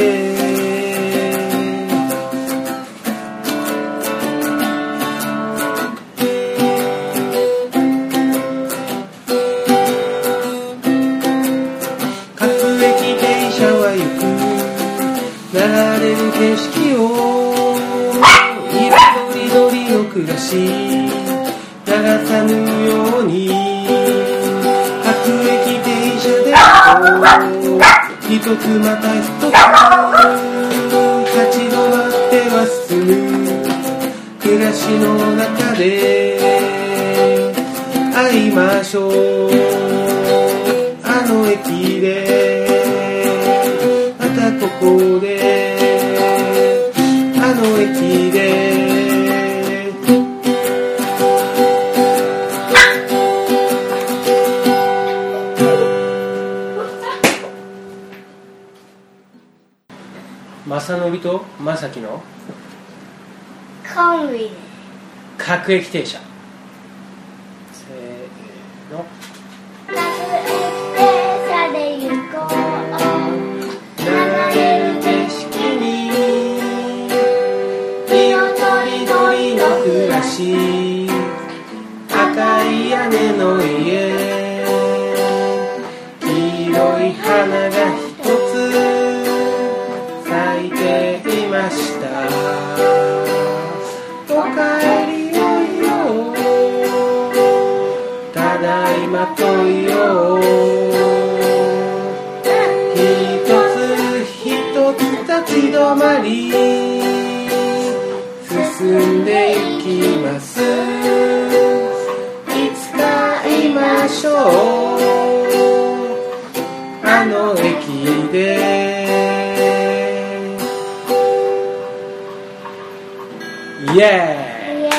[SPEAKER 4] 各駅電車は行く流れる景色を色とりどりの暮らし流さぬように各駅電車で行こう一つまた一つ立ち止まってまっすぐ暮らしの中で会いましょうあの駅でまたここであの駅で正信と正樹の
[SPEAKER 5] コンビで
[SPEAKER 4] 各駅停車せーの
[SPEAKER 5] 各駅停車で行こう
[SPEAKER 4] 流れる景色に色とりどりの暮らし赤い屋根の家黄色い花が一つ咲いていましたおかえりおいよただいまといよう一つ一つ立ち止まり進んでいきますいつか会いましょうあの駅でイエーイ
[SPEAKER 5] イエ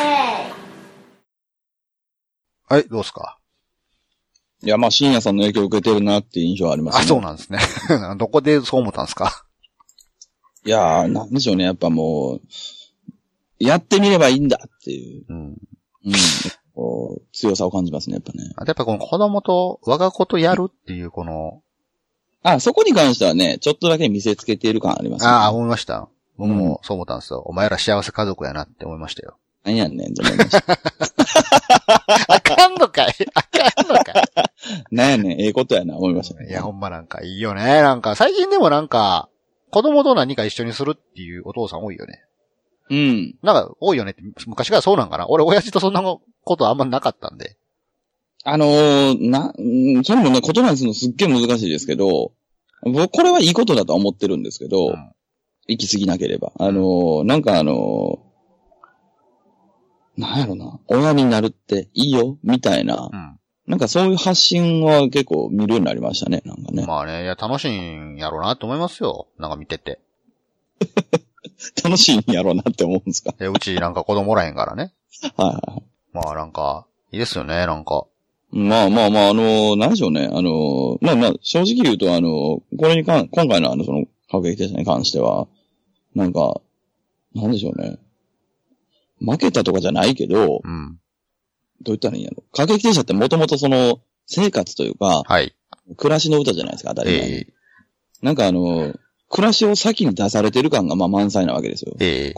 [SPEAKER 2] はい、どうっすか
[SPEAKER 3] いや、まあ、深夜さんの影響を受けてるなっていう印象はありますね。
[SPEAKER 2] あ、そうなんですね。 どこでそう思ったんですか
[SPEAKER 3] いやー、なんでしょうね。やっぱもう、やってみればいいんだっていう、
[SPEAKER 2] うん。
[SPEAKER 3] うん、こう強さを感じますね、やっぱね。
[SPEAKER 2] あとやっぱこの子供と、我が子とやるっていうこの、
[SPEAKER 3] あ、そこに関してはね、ちょっとだけ見せつけている感あります、ね。
[SPEAKER 2] ああ、思いました。僕
[SPEAKER 3] うん
[SPEAKER 2] もそう思ったんですよ。お前ら幸せ家族やなって思いましたよ。
[SPEAKER 3] なんやねんと思いました。
[SPEAKER 2] あかんのかいあかんのかい
[SPEAKER 3] なんやねん、ええことやな、思いましたね。
[SPEAKER 2] いや、ほんまなんかいいよね。なんか、最近でもなんか、子供と何か一緒にするっていうお父さん多いよね。
[SPEAKER 3] うん。
[SPEAKER 2] なんか、多いよねって、昔からそうなんかな俺、親父とそんなことあんまなかったんで。
[SPEAKER 3] あのー、な、うんそれもね、言葉にするのすっげえ難しいですけど、僕、これはいいことだとは思ってるんですけど、
[SPEAKER 2] うん
[SPEAKER 3] 行き過ぎなければ。あのー、なんかあのー、なんやろな、親になるっていいよ、みたいな、
[SPEAKER 2] うん。
[SPEAKER 3] なんかそういう発信は結構見るようになりましたね、なんかね。
[SPEAKER 2] まあね、いや、楽しいんやろうなと思いますよ。なんか見てて。
[SPEAKER 3] 楽しいんやろうなって思うんですか。
[SPEAKER 2] で、うちなんか子供おらへんからね。
[SPEAKER 3] はいはいはい。
[SPEAKER 2] まあなんか、いいですよね、なんか。
[SPEAKER 3] まあまあまあ、あのー、何でしょうね。あのー、まあまあ、正直言うと、あのー、これに関、今回のあの、その、各駅停車に関しては、なんか、なんでしょうね。負けたとかじゃないけど、
[SPEAKER 2] うん。
[SPEAKER 3] どう言ったらいいんやろ。過激停車ってもともとその、生活というか、
[SPEAKER 2] はい。
[SPEAKER 3] 暮らしの歌じゃないですか、当たり前に。
[SPEAKER 2] え
[SPEAKER 3] なんかあの、暮らしを先に出されてる感がまあ満載なわけですよ
[SPEAKER 2] え。ええ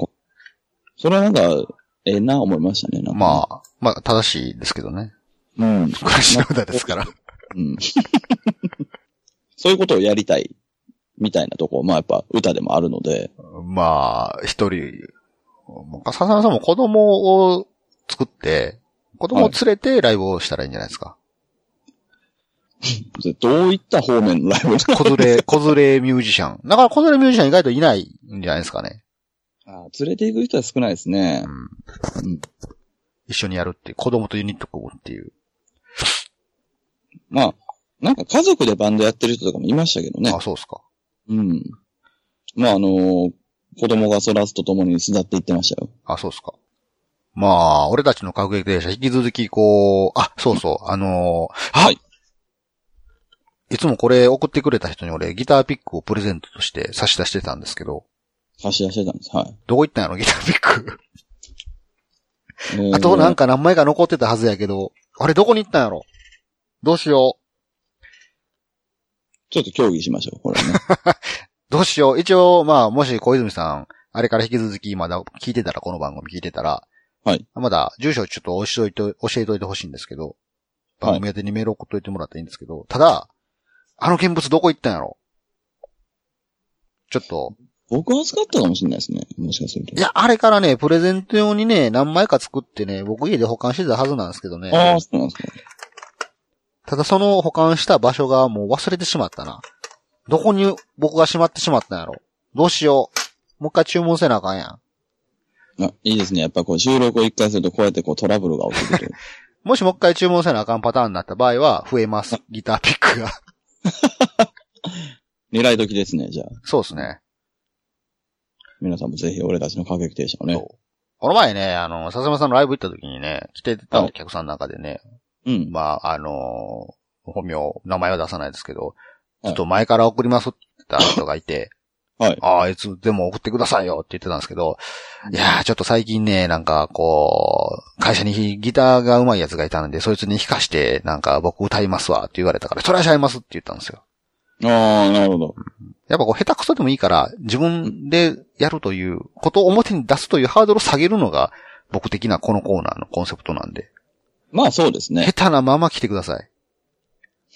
[SPEAKER 3] それはなんか、ええな思いましたね。なんか
[SPEAKER 2] まあ、まあ、正しいですけどね。
[SPEAKER 3] あ。うん。
[SPEAKER 2] 暮らしの歌ですから。
[SPEAKER 3] うん。 そういうことをやりたい、みたいなとこ、まあやっぱ歌でもあるので、
[SPEAKER 2] まあ、一人、もう笹山さんも子供を作って、子供を連れてライブをしたらいいんじゃないですか。
[SPEAKER 3] どういった方面のライブ
[SPEAKER 2] 子連れ、 子連れミュージシャン。だから子連れミュージシャン意外といないんじゃないですかね。
[SPEAKER 3] あ連れて行く人は少ないですね
[SPEAKER 2] う。ん。
[SPEAKER 3] うん
[SPEAKER 2] 一緒にやるっていう、子供とユニット組むっていう。
[SPEAKER 3] まあ、なんか家族でバンドやってる人とかもいましたけどね。
[SPEAKER 2] あ、そうですか。
[SPEAKER 3] うん。まああのー子供が育つとともに巣立っていってましたよ。
[SPEAKER 2] あ、そうですか。まあ、俺たちの各駅停車引き続きこう、あ、そうそう、あのーあ
[SPEAKER 3] はい
[SPEAKER 2] いつもこれ送ってくれた人に俺ギターピックをプレゼントとして差し出してたんですけど、
[SPEAKER 3] 差し出してたんです。はい。
[SPEAKER 2] どこ行ったんやろギターピック。
[SPEAKER 3] えー
[SPEAKER 2] あとなんか何枚か残ってたはずやけど、あれどこに行ったんやろどうしよう。
[SPEAKER 3] ちょっと協議しましょう、これ ね。
[SPEAKER 2] どうしよう。一応、まあ、もし小泉さん、あれから引き続きまだ聞いてたら、この番組聞いてたら、
[SPEAKER 3] はい。
[SPEAKER 2] まだ、住所ちょっと教えといて、教えといてほしいんですけど、番組宛てにメール送っといてもらっていいんですけど、ただ、あの見物どこ行ったんやろちょっと、
[SPEAKER 3] 僕は使ったかもしれないですね。もしかすると
[SPEAKER 2] い。や、あれからね、プレゼント用にね、何枚か作ってね、僕家で保管してたはずなんですけどね。
[SPEAKER 3] ああ、そうなんですか。
[SPEAKER 2] ただその保管した場所がもう忘れてしまったな。どこに僕がしまってしまったんやろどうしよう。もう一回注文せなあかんやん。
[SPEAKER 3] あいいですね。やっぱこう収録を一回するとこうやってこうトラブルが起きてくる。
[SPEAKER 2] もしもう一回注文せなあかんパターンになった場合は、増えます。ギターピックが。
[SPEAKER 3] 狙い時ですね、じゃあ。
[SPEAKER 2] そうですね。
[SPEAKER 3] 皆さんもぜひ俺たちの過激停車をね。
[SPEAKER 2] この前ね、あの、笹山さんのライブ行った時にね、来てたお客さんの中でね、
[SPEAKER 3] うん。
[SPEAKER 2] まあ、あのー本名、名前は出さないですけど、
[SPEAKER 3] は
[SPEAKER 2] ち
[SPEAKER 3] い
[SPEAKER 2] ょっと前から送りますって言った人がいて、
[SPEAKER 3] はい。
[SPEAKER 2] ああ、いつでも送ってくださいよって言ってたんですけど、いやー、ちょっと最近ね、なんかこう、会社にギターが上手いやつがいたので、そいつに弾かして、なんか僕歌いますわって言われたから、それはしゃいますって言ったんですよ。
[SPEAKER 3] ああ、なるほど。
[SPEAKER 2] やっぱこう、下手くそでもいいから、自分でやるということを表に出すというハードルを下げるのが、僕的なこのコーナーのコンセプトなんで、
[SPEAKER 3] まあそうですね。
[SPEAKER 2] 下手なまま来てください。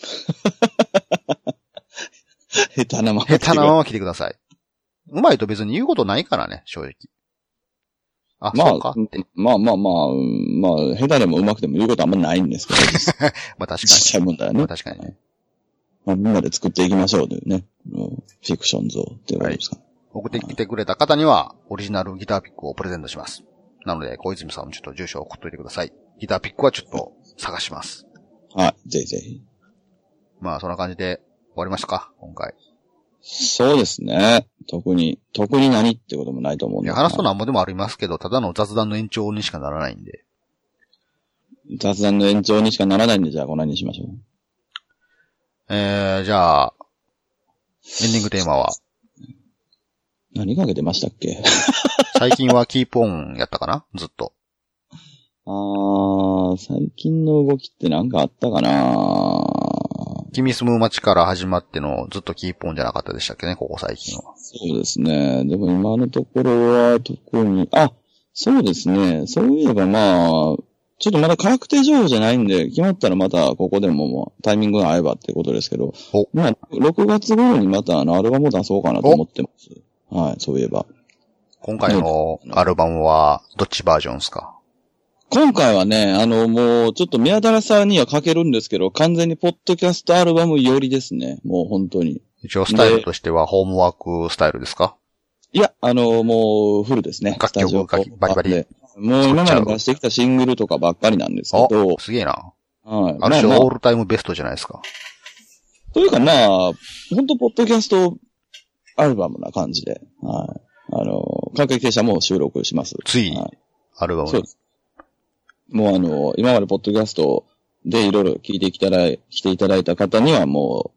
[SPEAKER 3] 下手なまま。
[SPEAKER 2] 下手なまま来てください。うまいと別に言うことないからね、正直。あ、
[SPEAKER 3] まあ
[SPEAKER 2] そうかって。、
[SPEAKER 3] まあまあまあ、うんまあ、下手でも上手くても言うことあんまないんですけど、実
[SPEAKER 2] まあ確か
[SPEAKER 3] 際問題は
[SPEAKER 2] に。ま
[SPEAKER 3] ね
[SPEAKER 2] あ。確かにね。
[SPEAKER 3] まあ、みんなで作っていきましょうというね。うんフィクション像っていうことですか。
[SPEAKER 2] 送ってきてくれた方には、オリジナルギターピックをプレゼントします。なので、小泉さんもちょっと住所を送っといてください。ギターピックはちょっと探します。
[SPEAKER 3] はい、ぜひぜひ。
[SPEAKER 2] まあ、そんな感じで終わりましたか、今回。
[SPEAKER 3] そうですね。特に、特に何ってこともないと思うん
[SPEAKER 2] い
[SPEAKER 3] で。
[SPEAKER 2] や、話すとなんぼでもありますけど、ただの雑談の延長にしかならないんで。
[SPEAKER 3] 雑談の延長にしかならないんで、じゃあこの辺にしましょう。
[SPEAKER 2] えー、じゃあ、エンディングテーマは、
[SPEAKER 3] 何かけてましたっけ
[SPEAKER 2] 最近はキープオンやったかなずっと。
[SPEAKER 3] あー、最近の動きってなんかあったかな
[SPEAKER 2] 君住む街から始まってのずっとキープオンじゃなかったでしたっけね、ここ最近は。
[SPEAKER 3] そうですね。でも今のところは特に、あ、そうですね。そういえばまあ、ちょっとまだ確定情報じゃないんで、決まったらまたここでももうタイミングが合えばってことですけど
[SPEAKER 2] お、
[SPEAKER 3] まあ、6月頃にまたあのアルバムを出そうかなと思ってます。はい、そういえば。
[SPEAKER 2] 今回のアルバムは、どっちバージョンですか
[SPEAKER 3] 今回はね、あの、もう、ちょっと宮田さんには欠けるんですけど、完全にポッドキャストアルバムよりですね。もう本当に。
[SPEAKER 2] 一応スタイルとしてはホームワークスタイルですか
[SPEAKER 3] いや、あの、もう、フルですね。
[SPEAKER 2] 楽曲
[SPEAKER 3] スタジオ
[SPEAKER 2] ガキバリバリ
[SPEAKER 3] でもう今まで出してきたシングルとかばっかりなんですけ
[SPEAKER 2] あ
[SPEAKER 3] ど、、
[SPEAKER 2] すげえな。
[SPEAKER 3] はい。
[SPEAKER 2] あ
[SPEAKER 3] ま
[SPEAKER 2] る
[SPEAKER 3] あ
[SPEAKER 2] 種
[SPEAKER 3] ま
[SPEAKER 2] オー
[SPEAKER 3] あ、
[SPEAKER 2] ルタイムベストじゃないですか。
[SPEAKER 3] というかまあ、本当ポッドキャストアルバムな感じで、はい。あの、各駅停車も収録します。
[SPEAKER 2] ついに
[SPEAKER 3] は
[SPEAKER 2] アルバム
[SPEAKER 3] そうです。もうあの、今までポッドキャストでいろいろ聞いてきたら、来ていただいた方にはも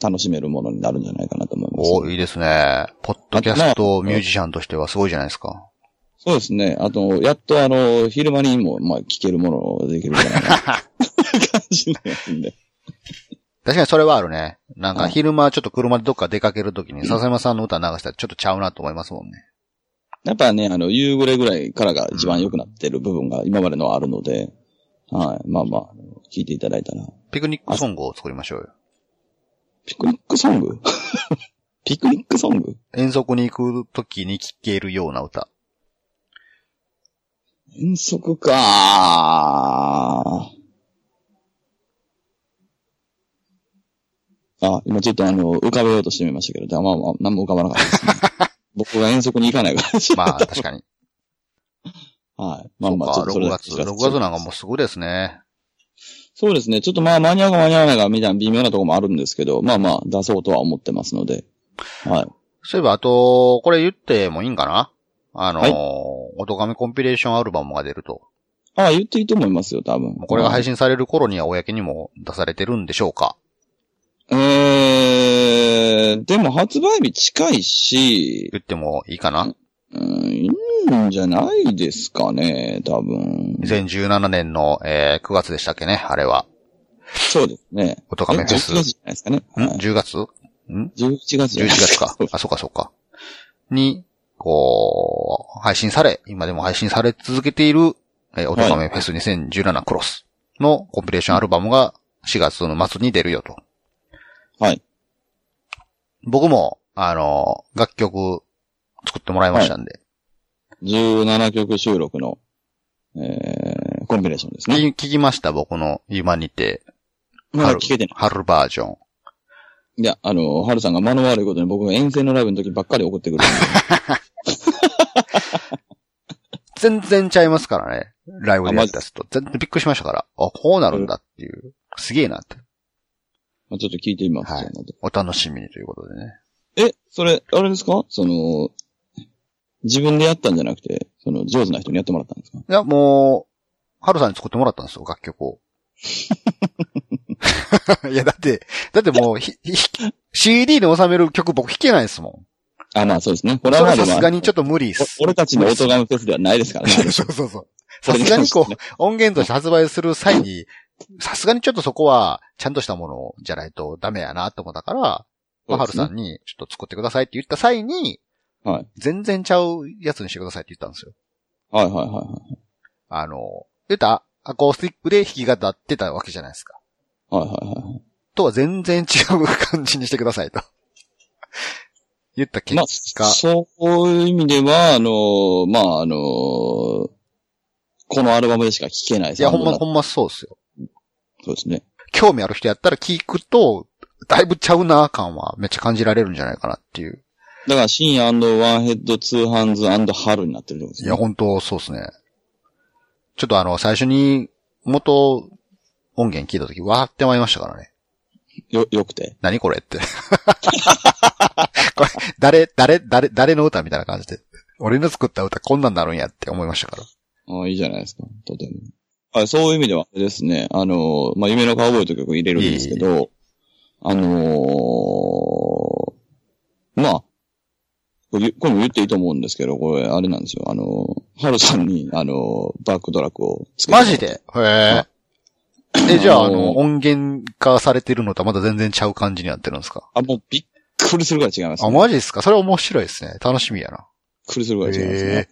[SPEAKER 3] う楽しめるものになるんじゃないかなと思います。
[SPEAKER 2] おいいですね。ポッドキャストミュージシャンとしてはすごいじゃないですか。
[SPEAKER 3] そうですね。あと、やっとあの、昼間にも、まあ、聞けるものができるからな感じのやつんで。
[SPEAKER 2] 確かにそれはあるね。なん
[SPEAKER 3] う
[SPEAKER 2] か
[SPEAKER 3] ん
[SPEAKER 2] 昼間ちょっと車でどっか出かけるときに、笹山さんの歌流したらちょっとちゃうなと思いますもんね。
[SPEAKER 3] やっぱね、あの、夕暮れぐらいからが一番良くなってる部分が今までのはあるので、はい。まあまあ、聞いていただいたら。
[SPEAKER 2] ピクニックソングを作りましょうよ。
[SPEAKER 3] ピクニックソング ピクニックソング
[SPEAKER 2] 遠足に行くときに聴けるような歌。
[SPEAKER 3] 遠足かあ、今ちょっとあの、浮かべようとしてみましたけど、まあまあ、何も浮かばなかったですね。僕が遠足に行かないから。
[SPEAKER 2] まあ、確かに。
[SPEAKER 3] はい。ま
[SPEAKER 2] そ
[SPEAKER 3] あ
[SPEAKER 2] う
[SPEAKER 3] まあ、ち
[SPEAKER 2] か、
[SPEAKER 3] ょっとそれ
[SPEAKER 2] 6
[SPEAKER 3] だけ
[SPEAKER 2] 月。6月なんかもうすぐですね。
[SPEAKER 3] そうですね。ちょっとまあ、間に合うか間に合わないかみたいな微妙なところもあるんですけど、まあまあ、出そうとは思ってますので。はい。
[SPEAKER 2] そういえば、あと、これ言ってもいいんかなあのー
[SPEAKER 3] はい、
[SPEAKER 2] おとがめコンピレーションアルバムが出ると。
[SPEAKER 3] ああ、言っていいと思いますよ、多分。
[SPEAKER 2] もうこれが配信される頃には公にも出されてるんでしょうか
[SPEAKER 3] えー、でも発売日近いし、
[SPEAKER 2] 言ってもいいかな
[SPEAKER 3] うん、いいんじゃないですかね、多分。
[SPEAKER 2] 2017年の、えー9月でしたっけねあれは。
[SPEAKER 3] そうですね。
[SPEAKER 2] おとがめフェス
[SPEAKER 3] え10月じゃないですかね。
[SPEAKER 2] ん
[SPEAKER 3] はい
[SPEAKER 2] ?10 月ん
[SPEAKER 3] 11月じ
[SPEAKER 2] ?11
[SPEAKER 3] ゃないで
[SPEAKER 2] 月
[SPEAKER 3] す
[SPEAKER 2] か。あ、そうかそうか。に、こう、配信され、今でも配信され続けている、えー、おとがめフェス2017クロスのコンピレーションアルバムが4月の末に出るよと。
[SPEAKER 3] はい。
[SPEAKER 2] 僕も、あの、楽曲作ってもらいましたんで、
[SPEAKER 3] 17曲収録の、えー、コンビネーションですね。
[SPEAKER 2] 聞き聞きました、僕の今にて、
[SPEAKER 3] まだ聞けてない。
[SPEAKER 2] 春バージョン。
[SPEAKER 3] いや、あの、ハルさんが間の悪いことに僕が遠征のライブの時ばっかり怒ってくる。
[SPEAKER 2] 全然ちゃいますからね。ライブでやったやつと。全然びっくりしましたから。あ、こうなるんだっていう。すげえなって。
[SPEAKER 3] まあちょっと聞いてみます。
[SPEAKER 2] はいお楽しみにということでね。
[SPEAKER 3] え、それ、あれですかその、自分でやったんじゃなくて、その、上手な人にやってもらったんですか
[SPEAKER 2] いや、もう、ハルさんに作ってもらったんですよ、楽曲 を。いや、だって、だってもうひ、ひ CD に収める曲僕弾けないですも
[SPEAKER 3] あ、まあそうですね。こ
[SPEAKER 2] ん。
[SPEAKER 3] れ
[SPEAKER 2] そ
[SPEAKER 3] は
[SPEAKER 2] れは
[SPEAKER 3] まあで
[SPEAKER 2] さ
[SPEAKER 3] も
[SPEAKER 2] すがにちょっと無理っす
[SPEAKER 3] お。俺たちのオトガムフェスではな いですからね。
[SPEAKER 2] そうそうそう。さすがにこう、音源として発売する際に、さすがにちょっとそこは、ちゃんとしたものじゃないとダメやなと思ったから、まあ、はるさんにちょっと作ってくださいって言った際に、
[SPEAKER 3] はい
[SPEAKER 2] 全然ちゃうやつにしてくださいって言ったんですよ。
[SPEAKER 3] はいはいはいはい。
[SPEAKER 2] あの、言ったらアコースティックで弾き語ってたわけじゃないですか。
[SPEAKER 3] はいはいはい。
[SPEAKER 2] とは全然違う感じにしてくださいと。 言った
[SPEAKER 3] まあ
[SPEAKER 2] 結果、、
[SPEAKER 3] そういう意味では、あのーまああのーこのアルバムでしか聴けない。
[SPEAKER 2] いや、ほんま、
[SPEAKER 3] そう
[SPEAKER 2] ほんまそうっすよ。
[SPEAKER 3] ですね。
[SPEAKER 2] 興味ある人やったら聞くと、だいぶちゃうな感はめっちゃ感じられるんじゃないかなっていう。
[SPEAKER 3] だから、シンワンヘッド、ツーハンズ、ハルになってるってことです
[SPEAKER 2] い
[SPEAKER 3] ね。
[SPEAKER 2] や、本当そうですね。ちょっとあの、最初に、元、音源聞いたとき、わーって思いましたからね。
[SPEAKER 3] よ、よくて。
[SPEAKER 2] 何これって。これ、誰、誰、誰、誰の歌みたいな感じで。俺の作った歌こんなんなるんやって思いましたから。
[SPEAKER 3] ああ、いいじゃないですか。とても。はい、そういう意味ではですね、あのーまあ、夢のカウボーイという曲入れるんですけど、あのーまあ、これ、これも言っていいと思うんですけど、これ、あれなんですよ。あのー、ハルさんに、あのーバックドラックをつけて
[SPEAKER 2] マジでへえ。え、じゃあ、あ
[SPEAKER 3] あの
[SPEAKER 2] の、音源化されてるのとはまだ全然ちゃう感じになってるんですか
[SPEAKER 3] あ、もうびっくりするぐらい違います、
[SPEAKER 2] あ、
[SPEAKER 3] ね。
[SPEAKER 2] マジですかそれ面白いですね。楽しみやな。
[SPEAKER 3] びっくりするぐらい違いますね。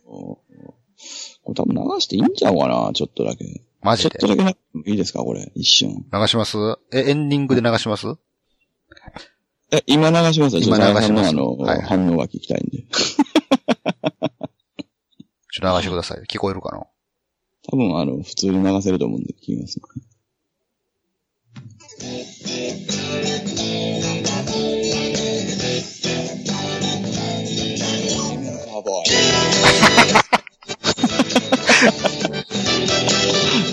[SPEAKER 3] これ多分流していいんちゃうかな、ちょっとだけ。
[SPEAKER 2] マ
[SPEAKER 3] ち
[SPEAKER 2] ジ
[SPEAKER 3] ょっ
[SPEAKER 2] で
[SPEAKER 3] と。だけな、いいですか、これ、一瞬。
[SPEAKER 2] 流しますえ、エンディングで流します
[SPEAKER 3] え、今流しますよ、
[SPEAKER 2] 今流します
[SPEAKER 3] ちょっと中井さんのあの、
[SPEAKER 2] はいはい
[SPEAKER 3] 反応が聞きたいんで。
[SPEAKER 2] ちょっと流してください。聞こえるかな
[SPEAKER 3] 多分、あの、普通に流せると思うんで、聞きます、ね。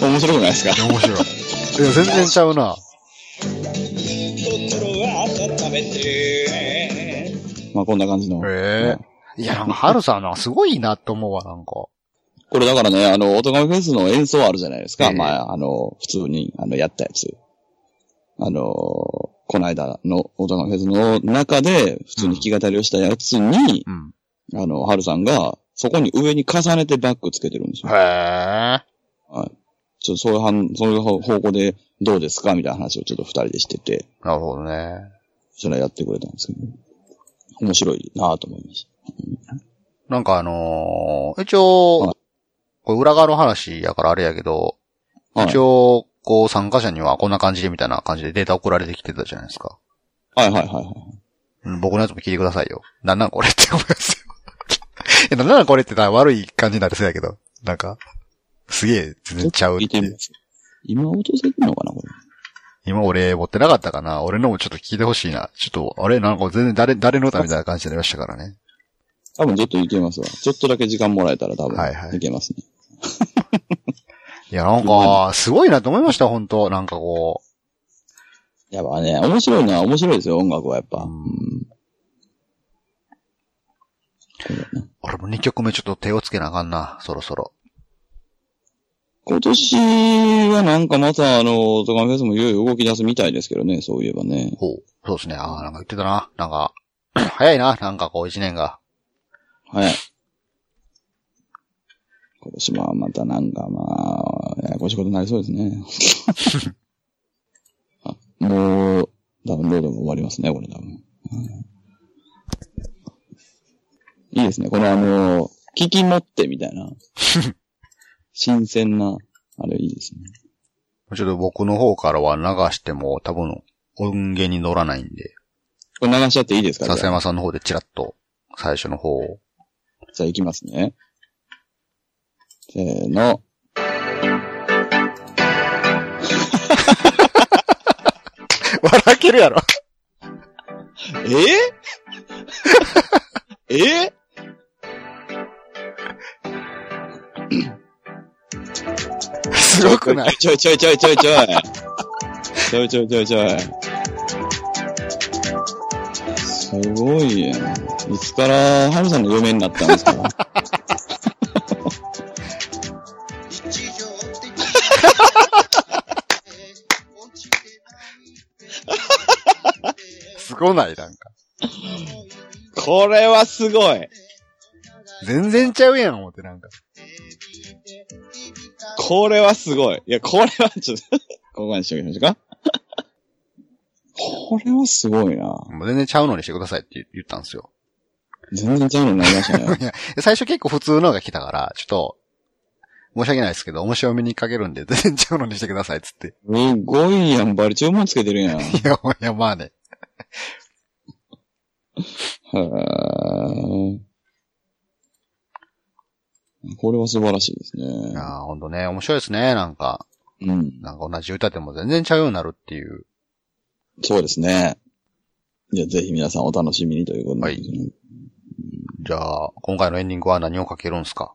[SPEAKER 3] 面白くないですか
[SPEAKER 2] 面白い。いや、全然ちゃうな。
[SPEAKER 3] まあこんな感じの。
[SPEAKER 2] ええいや、なんか、ハルさんな、すごいなって思うわ、なんか。
[SPEAKER 3] これだからね、あの、オトガメフェスの演奏あるじゃないですか。
[SPEAKER 2] ええ
[SPEAKER 3] まあ、あの、普通に、あの、やったやつ。あの、この間のオトガメフェスの中で、普通に弾き語りをしたやつに、
[SPEAKER 2] うん。
[SPEAKER 3] あの、ハルさんが、そこに上に重ねてバッグつけてるんですよ。
[SPEAKER 2] へえ。
[SPEAKER 3] ちょっとそういう反、そういう方向でどうですかみたいな話をちょっと二人でしてて、
[SPEAKER 2] なるほどね。
[SPEAKER 3] それはやってくれたんですけど、面白いなぁと思いまし
[SPEAKER 2] なんかあのー一応
[SPEAKER 3] は、
[SPEAKER 2] これ裏側の話やからあれやけど、
[SPEAKER 3] た。はい
[SPEAKER 2] 一応、こう参加者にはこんな感じでみたいな感じでデータ送られてきてたじゃないですか。
[SPEAKER 3] はいはいはいはい。
[SPEAKER 2] うん、僕のやつも聞いてくださいよ。なんなんこれって思いますよ。 え、なんなんこれってな悪い感じになりそうやけど。なんか、すげえ、全然ちゃうっ
[SPEAKER 3] 聞い
[SPEAKER 2] てい
[SPEAKER 3] て
[SPEAKER 2] う
[SPEAKER 3] みます。今落とせてるのかなこれ。
[SPEAKER 2] 今俺持ってなかったかな俺のもちょっと聞いてほしいな。ちょっと、あれなんか全然誰、誰の歌みたいな感じになりましたからね。
[SPEAKER 3] 多分ちょっといけますわ。ちょっとだけ時間もらえたら多分
[SPEAKER 2] はいはい
[SPEAKER 3] いけますね。
[SPEAKER 2] いや、なんか、すごいなと思いました、本当なんかこ
[SPEAKER 3] やっぱね、面白いのは面白いですよ、音楽はやっぱ。
[SPEAKER 2] う
[SPEAKER 3] うん
[SPEAKER 2] ん。う。俺も2曲目ちょっと手をつけなあかんな、そろそろ。
[SPEAKER 3] 今年はなんかまたあの、トカメフェスもいよいよ動き出すみたいですけどね、そういえばね。
[SPEAKER 2] ほう。そうですね。ああ、なんか言ってたな。なんか、 早いな、なんかこう1年が。
[SPEAKER 3] はい。今年はまたなんかまあ、ややこしいことになりそうですね。あ もう、ダウンロードが終わりますね、これ多分。うんいいですね。これあの、聞き持ってみた いな。新鮮な、あれいいですね。
[SPEAKER 2] ちょっと僕の方からは流しても多分音源に乗らないんで、
[SPEAKER 3] これ流しちゃっていいですかじゃあ
[SPEAKER 2] 笹山さんの方でチラッと最初の方を。
[SPEAKER 3] じゃあ行きますね。せーの。
[SPEAKER 2] 笑けるやろ。
[SPEAKER 3] えー、 えー
[SPEAKER 2] すごく ない
[SPEAKER 3] ちょいちょいちょいちょいちょい。ちょいちょいちょいちょい。すごいやん。いつからハルさんの嫁になったんですか
[SPEAKER 2] すごないなんか。
[SPEAKER 3] これはすごい。
[SPEAKER 2] 全然ちゃうやん、思ってなんか。
[SPEAKER 3] これはすごい。いや、これはちょっと、ここまでしておきましょうか。これはすごいな。
[SPEAKER 2] もう全然ちゃうのにしてくださいって言ったんですよ。
[SPEAKER 3] 全然ちゃうのになりましたね。
[SPEAKER 2] で最初結構普通のが来たから、ちょっと、申し訳ないですけど、面白みにかけるんで、 全然ちゃうのにしてくださいっつって。
[SPEAKER 3] すごいやん。バリ注文つけてるやん。へ
[SPEAKER 2] いや、いや、まあね。
[SPEAKER 3] ーこれは素晴らしいです
[SPEAKER 2] い
[SPEAKER 3] ね。
[SPEAKER 2] やー、ほんとね、面白いですね、なんか。
[SPEAKER 3] うん。
[SPEAKER 2] なんか同じ歌でも全然ちゃうようになるっていう。
[SPEAKER 3] そうですね。じゃあぜひ皆さんお楽しみにということで、
[SPEAKER 2] じゃあ、今回のエンディングは何をかけるんすか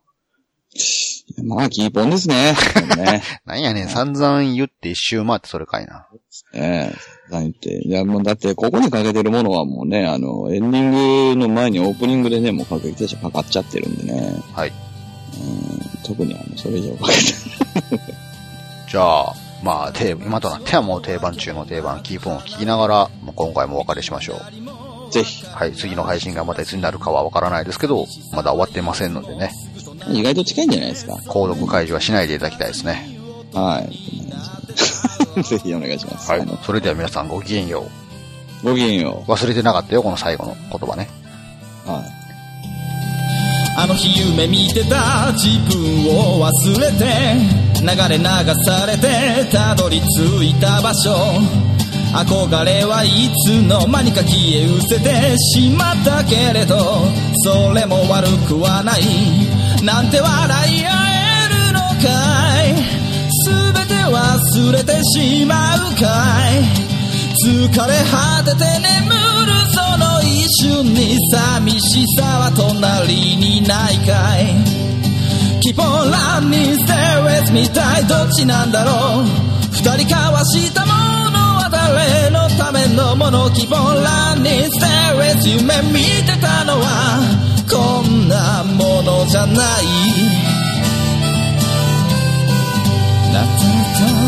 [SPEAKER 3] まあ、キーポンですね。ね。
[SPEAKER 2] なんやねん、散々言って一周回ってそれかいな。
[SPEAKER 3] ええ。何言って。いや、もうだって、ここにかけてるものはもうね、あの、エンディングの前にオープニングでね、もうかけてしかかっちゃってるんでね。
[SPEAKER 2] はい
[SPEAKER 3] うん。特にあの、それ以上かけて。
[SPEAKER 2] じゃあ、まあ、定今となってはもう定番中の定番、キーポンを聞きながら、もう今回もお別れしましょう。
[SPEAKER 3] ぜひ。
[SPEAKER 2] はい、次の配信がまたいつになるかはわからないですけど、まだ終わってませんのでね、
[SPEAKER 3] 意外と近いんじゃないですか。
[SPEAKER 2] 購読解除はしないでいただきたいですね。
[SPEAKER 3] はい。ぜひお願いします。あの
[SPEAKER 2] それでは皆さんごきげんよ
[SPEAKER 3] ごきげんよ
[SPEAKER 2] う。忘れてなかったよ、この最後の言葉ね。
[SPEAKER 3] う。はい。
[SPEAKER 1] あの日夢見てた自分を忘れて流れ流されてたどり着いた場所憧れはいつの間にか消え失せてしまったけれどそれも悪くはないなんて笑い合えるのかい全て忘れてしまうかい疲れ果てて眠るその一瞬に寂しさは隣にないかい Keep on running, stay with me たいどっちなんだろう二人交わしたものは誰のためのもの Keep on running, stay with you 夢見てたのはこんなものじゃない La ta ta